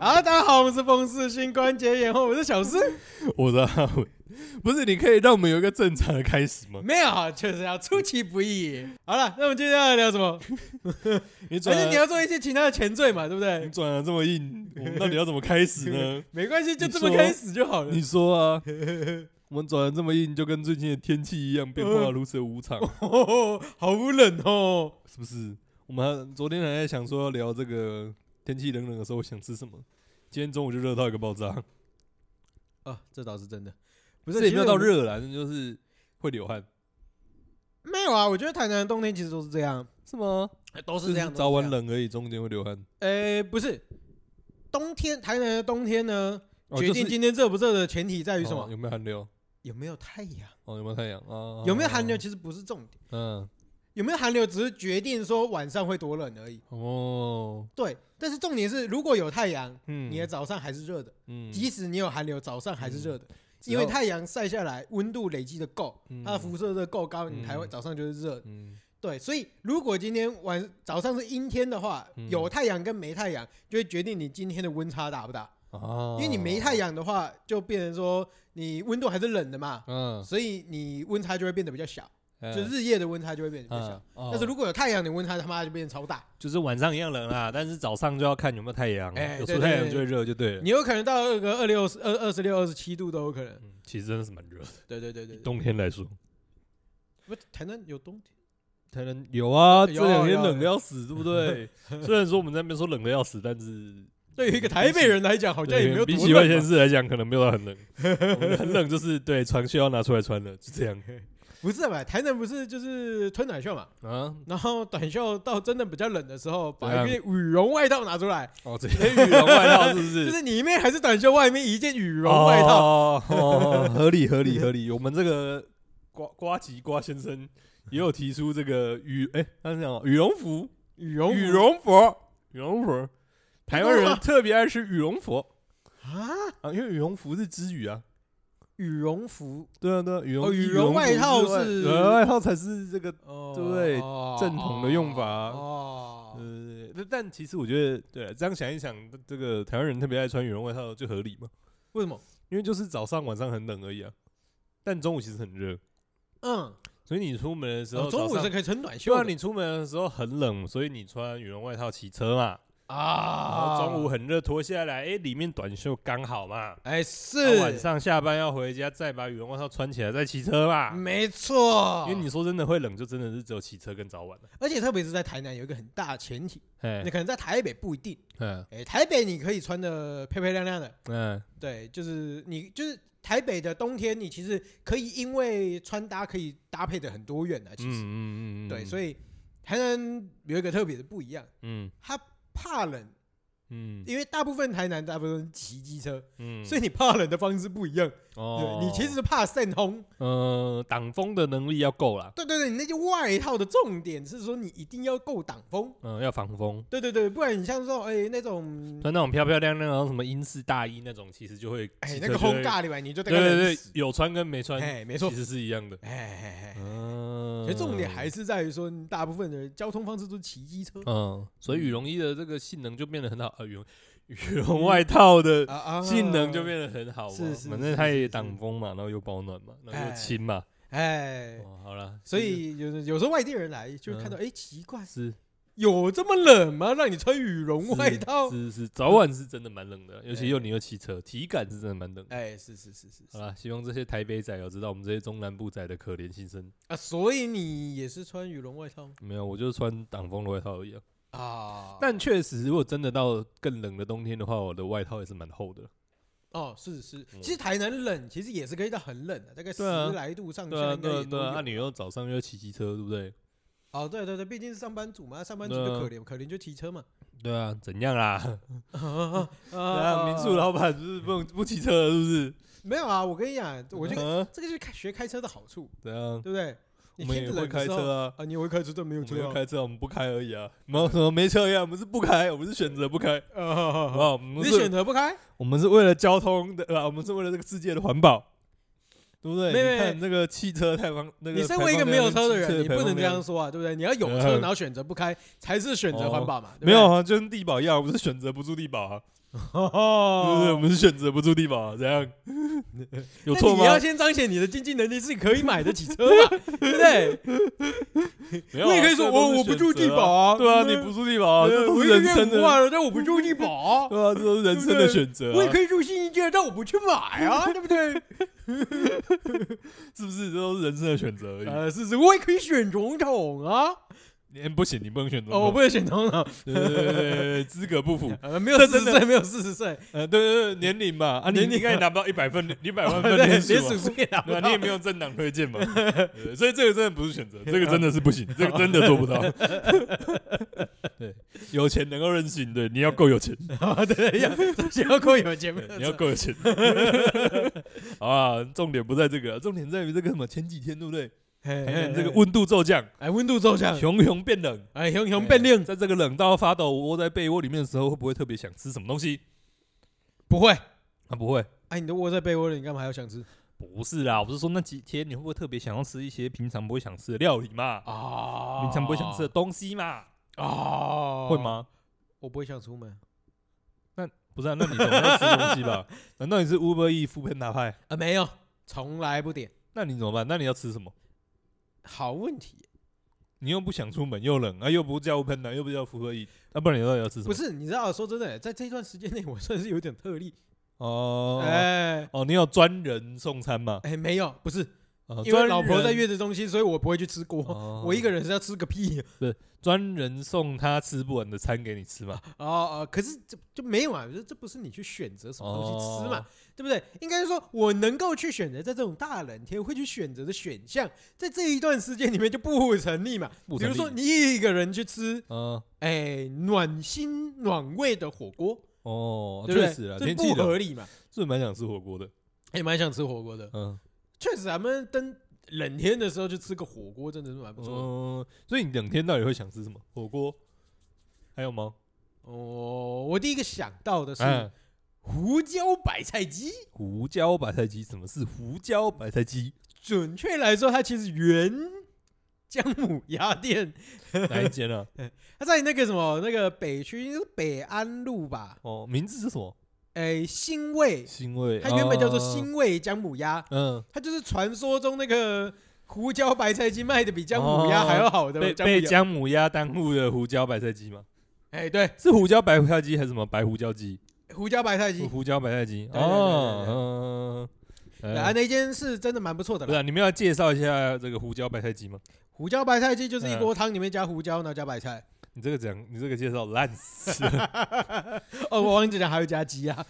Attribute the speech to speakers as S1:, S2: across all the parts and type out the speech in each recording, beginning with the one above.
S1: 我们是风湿性关节炎，我是小诗。
S2: 我的阿伟，不是你可以让我们有一个正常的开始吗？
S1: 没有，就是要出其不意。好了，那我们接下来聊什 么？
S2: 你
S1: 而
S2: 转
S1: 且你
S2: 了
S1: 要做一些其他的前缀嘛，对不
S2: 你
S1: 对？？
S2: 转了这么硬，我们到底要怎么开始呢
S1: 没关系，就这么
S2: 你说
S1: 开始就好了
S2: 你。说啊，我们转了这么硬，就跟最近的天气一样，变化如此无常，
S1: 哦， 好冷哦。
S2: 是不是？我们还昨天还在想说要聊这个天气冷冷的时候我想吃什么，今天中午就热到一个爆炸，
S1: 啊，这倒是真的，不
S2: 不
S1: 是
S2: 也没有到，
S1: 其实
S2: 热啦，那就是会流汗，
S1: 我没有啊。我觉得台南的冬天其实都是这样，
S2: 是吗？
S1: 哎都
S2: 就是
S1: 这样，
S2: 早晚
S1: 冷。
S2: 冷而已，中间会流汗，
S1: 呃，不是，冬天台南的冬天呢，
S2: 哦
S1: 决
S2: 就
S1: 定
S2: 是
S1: 今天热不热的前提在于什
S2: 哦
S1: 么？
S2: 有没有寒流？
S1: 有没有太阳？
S2: 哦，有没有太阳啊？
S1: 有没有寒流？其实不是重点，
S2: 嗯，
S1: 有没有寒流只是决定说晚上会多冷而已。
S2: 哦，
S1: 对，但是重点是，如果有太阳，
S2: 嗯，
S1: 你的早上还是热的，
S2: 嗯，
S1: 即使你有寒流，早上还是热的，
S2: 只
S1: 因
S2: 要
S1: 为太阳晒下来，温度累积的够，
S2: 嗯
S1: 它的辐射热够高，你台湾
S2: 嗯
S1: 早上就是热的。
S2: 嗯
S1: 对，所以如果今天晚早上是阴天的话，
S2: 嗯
S1: 有太阳跟没太阳就会决定你今天的温差大不大。
S2: 啊，
S1: 因为你没太，阳的话，就变成说你温度还是冷的嘛，
S2: 嗯，
S1: 所以你温差就会变得比较小，就
S2: 嗯
S1: 日夜的温差就会变得比较小。
S2: 嗯
S1: 但是
S2: 哦
S1: 如果有太阳，你温差他妈就变得超大。
S2: 就是晚上一样冷啦，但是早上就要看有没有太阳，啊
S1: 哎
S2: 有
S1: 对
S2: 出太
S1: 对
S2: 阳
S1: 对
S2: 就会热，就对了。
S1: 你有可能到二个二六二二十六二十七度都有可能。
S2: 嗯其实真的是蛮热的，
S1: 对对对对对，
S2: 冬天来说，
S1: 不台南有冬天，
S2: 台南有
S1: 有
S2: 啊，
S1: 啊
S2: 这两天
S1: 有
S2: 冷的要死，对不对？ 虽然说我们在那边说冷的要死，但是
S1: 对于一个台北人来讲，好像也没有
S2: 比
S1: 多
S2: 起外
S1: 冷
S2: 县
S1: 嘛。
S2: 市来讲，可能没有到 很冷，我们很冷就是对长袖要拿出来穿了，就这样
S1: 不是吧？台南不是就是穿短袖嘛，
S2: 啊。
S1: 然后短袖到真的比较冷的时候，
S2: 怎
S1: 把
S2: 样
S1: 一件羽绒外套拿出来，
S2: 哦， 这件羽绒外套是不？
S1: 就是是里面还是短袖，外面一件羽绒外套。
S2: 哦，哦合理合理合理。我们这个瓜瓜吉瓜先生也有提出这个羽哎，他是讲羽绒服，
S1: 羽绒
S2: 羽
S1: 服
S2: 绒服，羽绒服。台湾
S1: 真的
S2: 人
S1: 吗
S2: 特别爱吃羽绒服
S1: 啊，
S2: 啊，因为羽绒服是织羽啊。
S1: 羽绒服
S2: 对啊对啊，羽绒
S1: 哦
S2: 羽
S1: 羽绒
S2: 服
S1: 外套
S2: 外
S1: 是
S2: 羽绒外套才是这个
S1: 哦
S2: 对不对正统的用法
S1: 哦，
S2: 呃，但但其实我觉得对啊，这样想一想，这个台湾人特别爱穿羽绒外套就合理嘛，
S1: 为什么？
S2: 因为就是早上晚上很冷而已啊，但中午其实很热，
S1: 嗯，
S2: 所以你出门的时候
S1: 哦中
S2: 早
S1: 午
S2: 上
S1: 是可以穿短
S2: 就
S1: 袖
S2: 像
S1: 的
S2: 你出门的时候很冷，所以你穿羽绒外套骑车嘛，然
S1: 啊，
S2: 后中午很热脱下来，哎、里面短袖刚好嘛。
S1: 哎
S2: 那
S1: 是
S2: 晚上下班要回家，再把羽绒外套穿起来再骑车嘛。
S1: 没错，
S2: 啊因为你说真的会冷，就真的是只有骑车跟早 晚了。
S1: 而且特别是在台南有一个很大的前提，
S2: 哎
S1: 你，可能在台北不一定，
S2: 嗯
S1: 哎台北你可以穿的漂漂亮亮的，
S2: 嗯，
S1: 对，就是你就是。台北的冬天，你其实可以因为穿搭可以搭配的很多元的、啊，
S2: 嗯
S1: 其实、
S2: 嗯嗯嗯，
S1: 对，所
S2: 以
S1: 以台南有一个特别的不一样，
S2: 嗯
S1: 它怕冷，
S2: 嗯
S1: 因为大部分台南大部分是骑机车，
S2: 嗯，
S1: 所以你怕冷的方式不一样。
S2: 哦
S1: 对，你其实怕散烘。
S2: 呃挡风的能力要够啦，
S1: 对对对，你那件外套的重点是说你一定要够挡风。
S2: 嗯，要防风。
S1: 对对对，不然你像这种哎那种
S2: 穿那种漂漂亮亮，然后什么英式大衣那种，其实就会
S1: 哎
S2: 骑
S1: 那
S2: 车
S1: 个
S2: 就
S1: 烘
S2: 会
S1: 尬里面你就大
S2: 对
S1: 概
S2: 对
S1: 冷
S2: 对
S1: 死，。
S2: 有穿跟没穿
S1: 哎，没错
S2: 其。实是一样的。
S1: 哎哎哎，
S2: 嗯
S1: 其实重点还是在于说，你大部分的交通方式都是骑机车
S2: 嗯，所以羽绒衣的这个性能就变得很好，呃，羽绒 羽绒外套的
S1: 啊啊，
S2: 性能就变得很好嘛，
S1: 是是
S2: 反正
S1: 是
S2: 它
S1: 是
S2: 也
S1: 是
S2: 挡风嘛，然后又保暖嘛，然后
S1: 哎
S2: 又轻嘛，
S1: 哎，
S2: 哦，嗯好了，
S1: 所以有有时候外地人来就会看到哎奇怪，
S2: 是
S1: 有这么冷吗？让你穿羽绒
S2: 是
S1: 外套？
S2: 是是，早晚是真的蛮冷的，尤其
S1: 哎
S2: 又你又骑车，体感是真的蛮冷的。
S1: 哎，是是是是是
S2: 好啦，希望这些台北仔有知道我们这些中南部仔的可怜心声。
S1: 啊，所以你也是穿羽绒外套吗
S2: 没有，我就穿挡风的外套而已、啊。
S1: 啊？
S2: 但确实，如果真的到更冷的冬天的话，我的外套也是蛮厚的。
S1: 哦，是是，
S2: 嗯
S1: 其实台南冷，其实也是可以到很冷的，大概十
S2: 对啊
S1: 来度上
S2: 对
S1: 下
S2: 啊，
S1: 应该
S2: 对
S1: 也
S2: 啊，
S1: 都
S2: 对啊。那、
S1: 有。
S2: 你又早上又骑机车，对不对？
S1: 哦，对对对，毕竟是上班族嘛，上班族
S2: 对
S1: 就
S2: 啊
S1: 可怜，可怜就骑车嘛。
S2: 对啊，怎样 啦？
S1: 啊
S2: 啊，民宿
S1: 了
S2: 老板就是不用不骑车了，是
S1: 没有啊？我跟你讲，
S2: 不
S1: 我
S2: 是？
S1: 就
S2: 啊
S1: 这个就是开学开车的好处，
S2: 怎样？
S1: 对不对？
S2: 我
S1: 你
S2: 们
S1: 天
S2: 也
S1: 冷的
S2: 会开
S1: 时候
S2: 车啊，
S1: 啊，你也会开车，但没有
S2: 我们
S1: 车
S2: 要
S1: 啊
S2: 开车，我们不开而已啊。没有什么没车一样，我们是不开，我们是选择不开，
S1: 啊
S2: 好不好？我们
S1: 你
S2: 是
S1: 选择不开？
S2: 我们是为了交通的，呃，我们是为了这个世界的环保，对不对？
S1: 没没
S2: 你看那个汽车太方，那个
S1: 你身为一个没有车的
S2: 排放
S1: 人，你
S2: 量
S1: 不能这。
S2: 汽车的排放
S1: 样
S2: 量
S1: 说啊，对不对？你要有
S2: 对
S1: 车，
S2: 啊
S1: 然后选择不开，才是选择环保嘛。对不
S2: 没
S1: 对
S2: 有，啊，就跟地保一样，我们是选择不住地保啊。 对不对？我
S1: 哦，
S2: 们是选择不住地堡，怎样？有
S1: 那
S2: 错
S1: 你要
S2: 吗？
S1: 先彰显你的经济能力是可以买得起车嘛，对不对？
S2: 没有啊
S1: 你也可以说
S2: 这都
S1: 我
S2: 是
S1: 我不住
S2: 选
S1: 地
S2: 择
S1: 堡
S2: 啊，
S1: 啊
S2: 对啊，
S1: 对
S2: 你不住地堡啊，这都
S1: 呃我
S2: 是
S1: 月
S2: 人
S1: 月
S2: 生
S1: 五
S2: 的，
S1: 万了，但我不住地堡，
S2: 啊 对啊，这都是人生
S1: 对
S2: 的
S1: 不对
S2: 选择啊，
S1: 我也可以住新一街，但我不去买啊，对不 对？
S2: 是不是？这都是人生的选择而已。
S1: 呃，是是，我也可以选总统啊。
S2: 你不行，你不能选总
S1: 哦，我
S2: 统，
S1: 不能选总统，
S2: 对对对对对，资格不符。
S1: 呃，没有
S2: 这
S1: 四十
S2: 真的
S1: 岁，没有四十岁，
S2: 呃，对对对，年龄吧，啊，你
S1: 年龄
S2: 应该也拿不到一百分，一百万分
S1: 连
S2: 数
S1: 连
S2: 啊
S1: 数数也拿不
S2: 对啊，
S1: 到
S2: 你也。没有政党推 荐嘛，对所以这个真的不是选择，这个真的是不行，这个真的做不到。 对，有钱能够任性，对，你要够有钱，
S1: 啊，对，要想要够有钱，没
S2: 对
S1: 有错
S2: 你要够有钱。好啊，重点不在这个，重点在于这个什么，前几天对不对？
S1: 嘿
S2: 台南
S1: 嘿
S2: 这个
S1: 嘿
S2: 温度骤降，
S1: 哎，温度骤降，
S2: 熊熊变冷，
S1: 哎，熊熊变冷，
S2: 在这个冷到发抖，窝在被窝里面的时候，会不会特别想吃什么东西？
S1: 不会。
S2: 啊，不会，
S1: 哎，你都窝在被窝里，你干嘛还要想吃
S2: 不是啦，我是说那几天你会不会特别想要吃一些平常不会想吃的料理嘛，
S1: 啊？
S2: 平常不会想吃的东西嘛，
S1: 啊？
S2: 会？吗？
S1: 我不会想出门
S2: 不是、啊，那你总要吃东西吧？难道你是 Uber E 副片大派？
S1: 啊，没有，从来不点。
S2: 那你怎么办？那你要吃什么？
S1: 好问题，啊
S2: 你又不想出门，又冷啊，又不叫 Uber 呢，又不叫 Uber E，那、不然你到底要吃什么？
S1: 不是你知道？说真的，在这段时间内，我算是有点特例。
S2: 哦、
S1: 哎
S2: 哦，你有专人送餐嘛？
S1: 哎，没有，不是，
S2: 哦
S1: 哎因为
S2: 专
S1: 老婆在
S2: 人
S1: 月子中心，所以我不会去吃锅。
S2: 哦
S1: 我一个人是要吃个屁
S2: 专人送他吃不完的餐给你吃嘛？
S1: 啊啊！可是这就没有啊，这这不是你去选择什么东西吃嘛？
S2: 哦
S1: 对不对？应该是说我能够去选择，在这种大冷天会去选择的选项，在这一段时间里面就不成立嘛。
S2: 不
S1: 比
S2: 成
S1: 如说
S2: 立
S1: 你一个人去吃，
S2: 嗯
S1: 哎，暖心暖胃的火锅，
S2: 哦，
S1: 对不
S2: 确
S1: 对？
S2: 实啊，
S1: 这
S2: 天
S1: 不
S2: 气冷，
S1: 合理嘛？
S2: 是蛮想吃火锅的。
S1: 也蛮想吃火锅的，
S2: 嗯
S1: 确实，咱们登冷天的时候去吃个火锅，真的是蛮不错的。
S2: 嗯，所以你冷天到底会想吃什么？火锅？还有吗？
S1: 哦，我第一个想到的是
S2: 嗯，
S1: 胡椒白菜鸡，
S2: 胡椒白菜鸡，什么是胡椒白 菜鸡？
S1: 准确来说，它其实原姜母鸭店，
S2: 哪一间啊？
S1: 它在那个什么那个北区，应该是北安路吧？
S2: 哦，名字是什么？
S1: 哎，新味，
S2: 腥味。
S1: 它原本叫做
S2: 啊。
S1: 新味姜母鸭，
S2: 嗯，
S1: 它就是传说中那个胡椒白菜鸡卖的比姜母鸭还要好的
S2: 被
S1: 姜母
S2: 哦被
S1: 鸭。
S2: 姜母鸭耽误的胡椒白菜鸡吗？
S1: 哎，对，
S2: 是胡椒白菜鸡还是什么白胡椒鸡？
S1: 胡椒白菜鸡，
S2: 胡椒白菜鸡。
S1: 对对对对
S2: 哦，嗯
S1: 对
S2: 嗯
S1: 啊，
S2: 嗯，
S1: 那间是真的蛮不错的
S2: 不
S1: 啦
S2: 是。啊，你们要介绍一下这个胡椒白菜鸡吗？
S1: 胡椒白菜鸡就是一
S2: 嗯
S1: 锅汤里面加胡椒，然后加白菜。
S2: 你这个讲，你这个介绍烂死了。
S1: 哦，我忘记讲还有加鸡啊，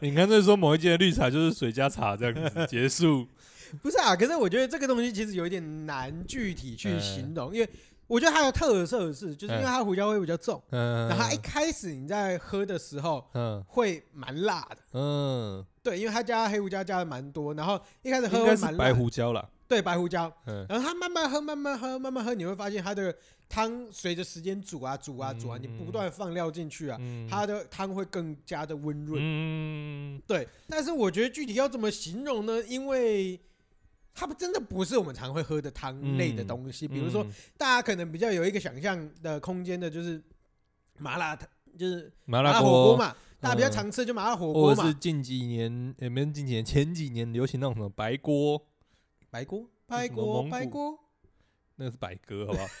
S2: 你干脆说某一间的绿茶就是水加茶这样子 结束。
S1: 不是啊？可是我觉得这个东西其实有一点难具体去形容，因为我觉得它的特色是，就是因为
S2: 嗯
S1: 它的胡椒味比较重，
S2: 嗯，
S1: 然后它一开始你在喝的时候
S2: 嗯
S1: 会蛮辣的。
S2: 嗯，
S1: 对，因为它加黑胡椒加的蛮多，然后一开始喝
S2: 应
S1: 会
S2: 该是
S1: 蛮辣
S2: 白
S1: 的
S2: 胡椒啦。
S1: 对白胡椒，
S2: 嗯，
S1: 然后它慢慢喝，慢慢喝，慢慢喝，你会发现它的汤随着时间煮啊煮啊煮啊，
S2: 嗯
S1: 你不断放料进去啊，
S2: 嗯
S1: 它的汤会更加的温润。
S2: 嗯，
S1: 对，但是我觉得具体要怎么形容呢？因为它不真的不是我们常会喝的汤类的东西，比如说
S2: 嗯
S1: 大家可能比较有一个想象的空间的，就是麻辣烫，就是
S2: 嗯麻
S1: 麻
S2: 辣
S1: 辣火锅
S2: 锅，
S1: 嘛，大家比较
S2: 嗯
S1: 常吃就麻辣火锅
S2: 或者是
S1: 嘛，
S2: 近几年，也没有近几年，前几年流行那种什么白锅，
S1: 白锅、
S2: 是
S1: 白
S2: 什么
S1: 锅、
S2: 蒙
S1: 白
S2: 古
S1: 锅，
S2: 那个是白鸽，好不好？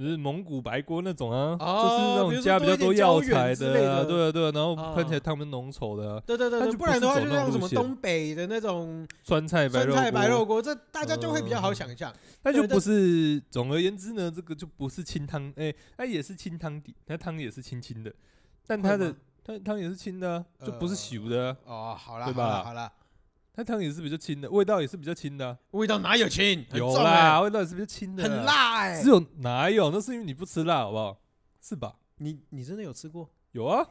S2: 就是蒙古白锅那种啊，
S1: 哦
S2: 就是那种加
S1: 比
S2: 比
S1: 如说
S2: 较
S1: 多一点
S2: 药
S1: 胶原
S2: 材
S1: 之类
S2: 啊，
S1: 的
S2: 对啊对啊，然后看起
S1: 啊
S2: 来汤面浓稠的啊，
S1: 对对对
S2: 它
S1: 对，
S2: 就
S1: 不
S2: 不
S1: 然
S2: 是
S1: 的话
S2: 走
S1: 就
S2: 那种
S1: 像什
S2: 路
S1: 么
S2: 线
S1: 东北的那种
S2: 酸菜白
S1: 酸
S2: 肉
S1: 菜白
S2: 锅嗯
S1: 肉锅，这大家就会比较好想象。
S2: 那就
S1: 对
S2: 不是，总而言之呢，这个就不是清汤，哎、它也是清汤底，它汤也是清清的，但它
S1: 会
S2: 的
S1: 吗呃
S2: 它汤也是清的啊、就不是熟的啊、
S1: 哦，好啦，
S2: 对
S1: 好啦，
S2: 吧
S1: 好啦，
S2: 它汤也是比较清的，味道也是比较清的啊、
S1: 味道哪有轻？很
S2: 有
S1: 重
S2: 啦，味道也是比较清
S1: 欸，
S2: 的、啊
S1: 很，辣哎
S2: 只。有哪有？那是因为你不吃辣，好不好？是吧？
S1: 你你真的有吃过？
S2: 有啊，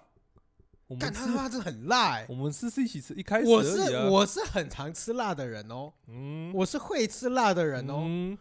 S2: 我们
S1: 干
S2: 吃
S1: 他妈这很辣哎、
S2: 我们是是一起吃，一开始
S1: 我
S2: 而
S1: 是
S2: 已啊
S1: 我是很常吃辣的人哦，
S2: 嗯
S1: 我是会吃辣的人哦。
S2: 嗯，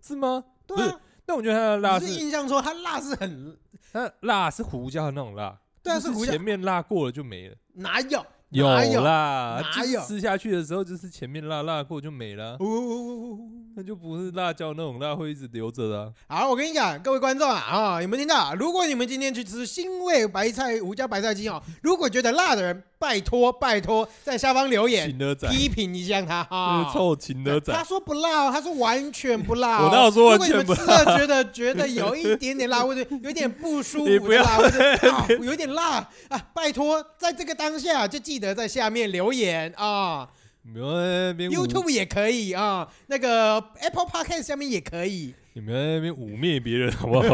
S2: 是吗？不
S1: 对啊，
S2: 但我觉得它的辣
S1: 你是
S2: 是
S1: 印象中它辣是很
S2: 它的辣是胡椒的那种辣，
S1: 对啊
S2: 就是
S1: 胡椒
S2: 前面辣过了就没了。
S1: 哪有？
S2: 有
S1: 哪有
S2: 啦，
S1: 哪
S2: 就是
S1: 有
S2: 吃下去的时候就是前面辣辣过就没了啊，
S1: 呜呜呜呜呜！
S2: 那就不是辣椒那种辣会一直留着的啊。
S1: 好，我跟你讲，各位观众啊，啊、有没有听到？如果你们今天去吃新味白菜吴家白菜鸡哦，如果觉得辣的人，拜托拜托，在下方留言
S2: 情的仔，
S1: 批评一下他
S2: 那
S1: 啊
S2: 是。呃臭情的仔
S1: 他，说不辣、哦，他说完全不辣、哦。
S2: 我哪有说
S1: 如
S2: 完
S1: 果你
S2: 全
S1: 们
S2: 不
S1: 吃了觉得 觉得有一点点辣，或者有点不舒
S2: 你
S1: 服
S2: 不
S1: 的
S2: 要
S1: 辣，或者、啊、有点辣啊，拜托，在这个当下就记得在下面留言啊
S2: 你们在那边污
S1: ，YouTube 也可以啊，那个 Apple Podcast 下面也可以。
S2: 你们在那边污蔑别人好 不好？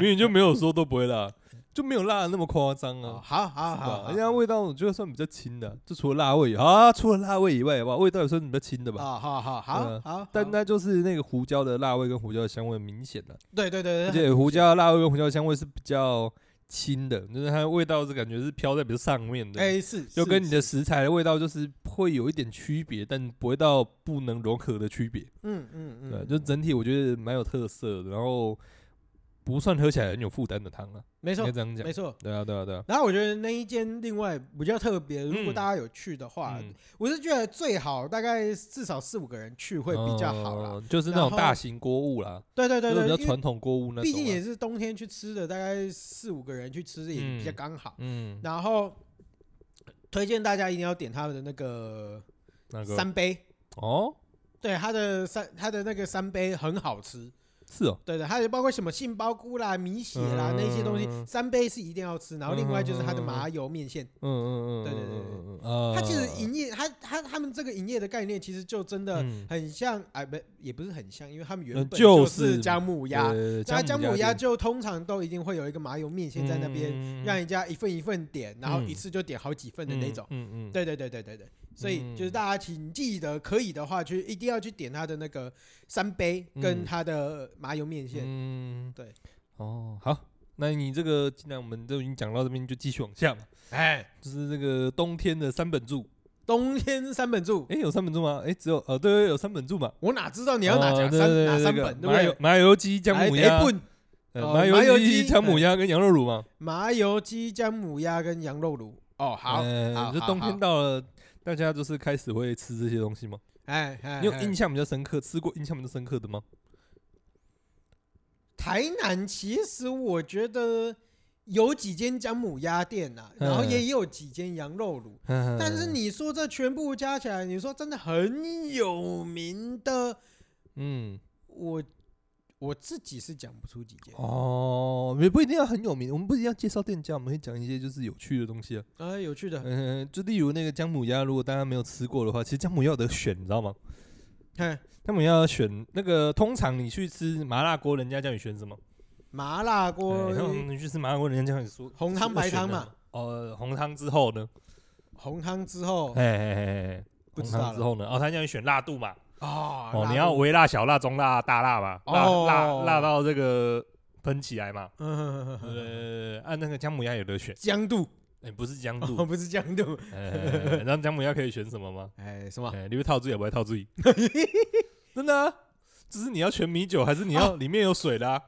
S2: 明明就没有说都不会辣，就没有辣的那么夸张
S1: 哦
S2: 啊。
S1: 好好
S2: 是吧
S1: 好，
S2: 人家味道我觉得算比较轻的，就除了辣味啊，除了辣味以外，好不好？味道也算比较轻的吧。
S1: 好好好好
S2: 哎嗯
S1: 好，
S2: 但
S1: 那
S2: 那就是那个胡椒的辣味跟胡椒的香味明显了，
S1: 对对对
S2: 而
S1: 对，
S2: 且胡椒的辣味跟胡椒的香味是比较轻的，就是它的味道是感觉是飘在比较上面的，
S1: 哎是，
S2: 就是跟你的食材的味道就是会有一点区别，但不会到不能融合的区别。
S1: 嗯嗯嗯，
S2: 对，就整体我觉得蛮有特色的，然后不算喝起来很有负担的汤啊，
S1: 没
S2: 应
S1: 错
S2: 该这样讲
S1: 没。错。
S2: 对啊，对啊，对啊。
S1: 然后我觉得那一间另外比较特别，如果
S2: 嗯
S1: 大家有去的话，
S2: 嗯
S1: 我是觉得最好大概至少四五个人去会比较好啦。
S2: 嗯就是那
S1: 然
S2: 种
S1: 后
S2: 大型锅物啦，
S1: 对对对
S2: 就
S1: 对，
S2: 是比
S1: 因
S2: 较
S1: 为
S2: 传统锅物那种啊。
S1: 毕竟也是冬天去吃的，大概四五个人去吃也比较
S2: 嗯
S1: 刚好。
S2: 嗯，
S1: 然后推荐大家一定要点他们的那个
S2: 那个
S1: 三杯，
S2: 哦，
S1: 对他的三他的那个三杯很好吃。
S2: 是哦，
S1: 对的，还有包括什么杏鲍菇啦、米血啦、
S2: 嗯
S1: 那些东西，三杯是一定要吃。然后另外就是它的麻油面线，
S2: 嗯嗯嗯，
S1: 对对对
S2: 嗯嗯嗯，
S1: 它其实
S2: 一
S1: 营业，它它他们这个营业的概念其实就真的
S2: 嗯
S1: 很像，哎，不也不是很像，因为他们原
S2: 嗯
S1: 本
S2: 就是
S1: 姜母鸭，
S2: 对对对
S1: 那姜母鸭
S2: 店
S1: 就通常都一定会有一个麻油面线在那边，
S2: 嗯
S1: 让人家一份一份点，然后
S2: 嗯
S1: 一次就点好几份的那种。
S2: 嗯嗯，嗯，
S1: 对对对对对对，所以
S2: 嗯
S1: 就是大家请记得，可以的话，就一定要去点它的那个三杯跟
S2: 嗯
S1: 它的麻油面线。
S2: 嗯，
S1: 对，
S2: 哦，好，那你这个既然我们都已经讲到这边，就继续往下嘛，
S1: 哎，
S2: 就是这个冬天的三本柱，
S1: 冬天三本柱，
S2: 哎，有三本柱吗？哎，只有呃，对对，有三本柱嘛。
S1: 我哪知道你要哪
S2: 哦
S1: 讲
S2: 对
S1: 三、
S2: 对
S1: 哪
S2: 对
S1: 三
S2: 那个
S1: 本，对不
S2: 麻油
S1: 对？
S2: 麻油鸡、姜母鸭
S1: 哎、，笨
S2: 呃
S1: 哦
S2: 麻
S1: 麻油
S2: 油
S1: 鸡哎
S2: 鸡、姜母
S1: 对
S2: 鸭跟羊肉乳嘛。
S1: 麻油鸡、姜母鸭跟羊肉炉。哦，好，
S2: 呃
S1: 好
S2: 就
S1: 好
S2: 冬天
S1: 好
S2: 到了，大家就是开始会吃这些东西吗？
S1: 哎哎，
S2: 你有
S1: 哎
S2: 印象比较深刻，吃过印象比较深刻的吗？
S1: 台南其实我觉得有几间姜母鸭店呐、啊，然后
S2: 嗯
S1: 也有几间羊肉炉。 但
S2: 但
S1: 是，你说这全部加起来，你说真的很有名的，
S2: 嗯，
S1: 我我自己是讲不出几间。
S2: 哦，也不一定要很有名，我们不一定要介绍店家，我们会讲一些就是有趣的 东西啊。
S1: 啊，有趣的，
S2: 嗯、就例如那个姜母鸭，如果大家没有吃过的话，其实姜母鸭有得选，你知道吗？
S1: 看
S2: 姜母鸭要选那个，通常你去吃麻辣锅，人家叫你选什么？
S1: 麻辣锅
S2: 哎、通常你去吃麻辣锅，人家叫你说
S1: 哦红汤白汤嘛。
S2: 呃，红汤之后呢？
S1: 红汤之后
S2: 哎哎哎哎，
S1: 哦不
S2: 红
S1: 知道
S2: 汤
S1: 了
S2: 之后呢？哦，他叫你选辣度嘛。
S1: 啊，
S2: 哦，
S1: 辣
S2: 你要
S1: 度
S2: 微辣、小辣、中辣、大辣嘛，辣、
S1: 哦
S2: 辣辣到这个喷起来嘛。
S1: 嗯，
S2: 呃，按、那个姜母鸭有得选，
S1: 江度，
S2: 哎、不 是姜
S1: 哦，
S2: 度，
S1: 不是江度，
S2: 呃，那、姜母鸭可以选什么吗？
S1: 哎，什么？
S2: 哎、你会套住也不会 套住，真的、啊，就是你要全米酒，还是你要里面有水的、啊？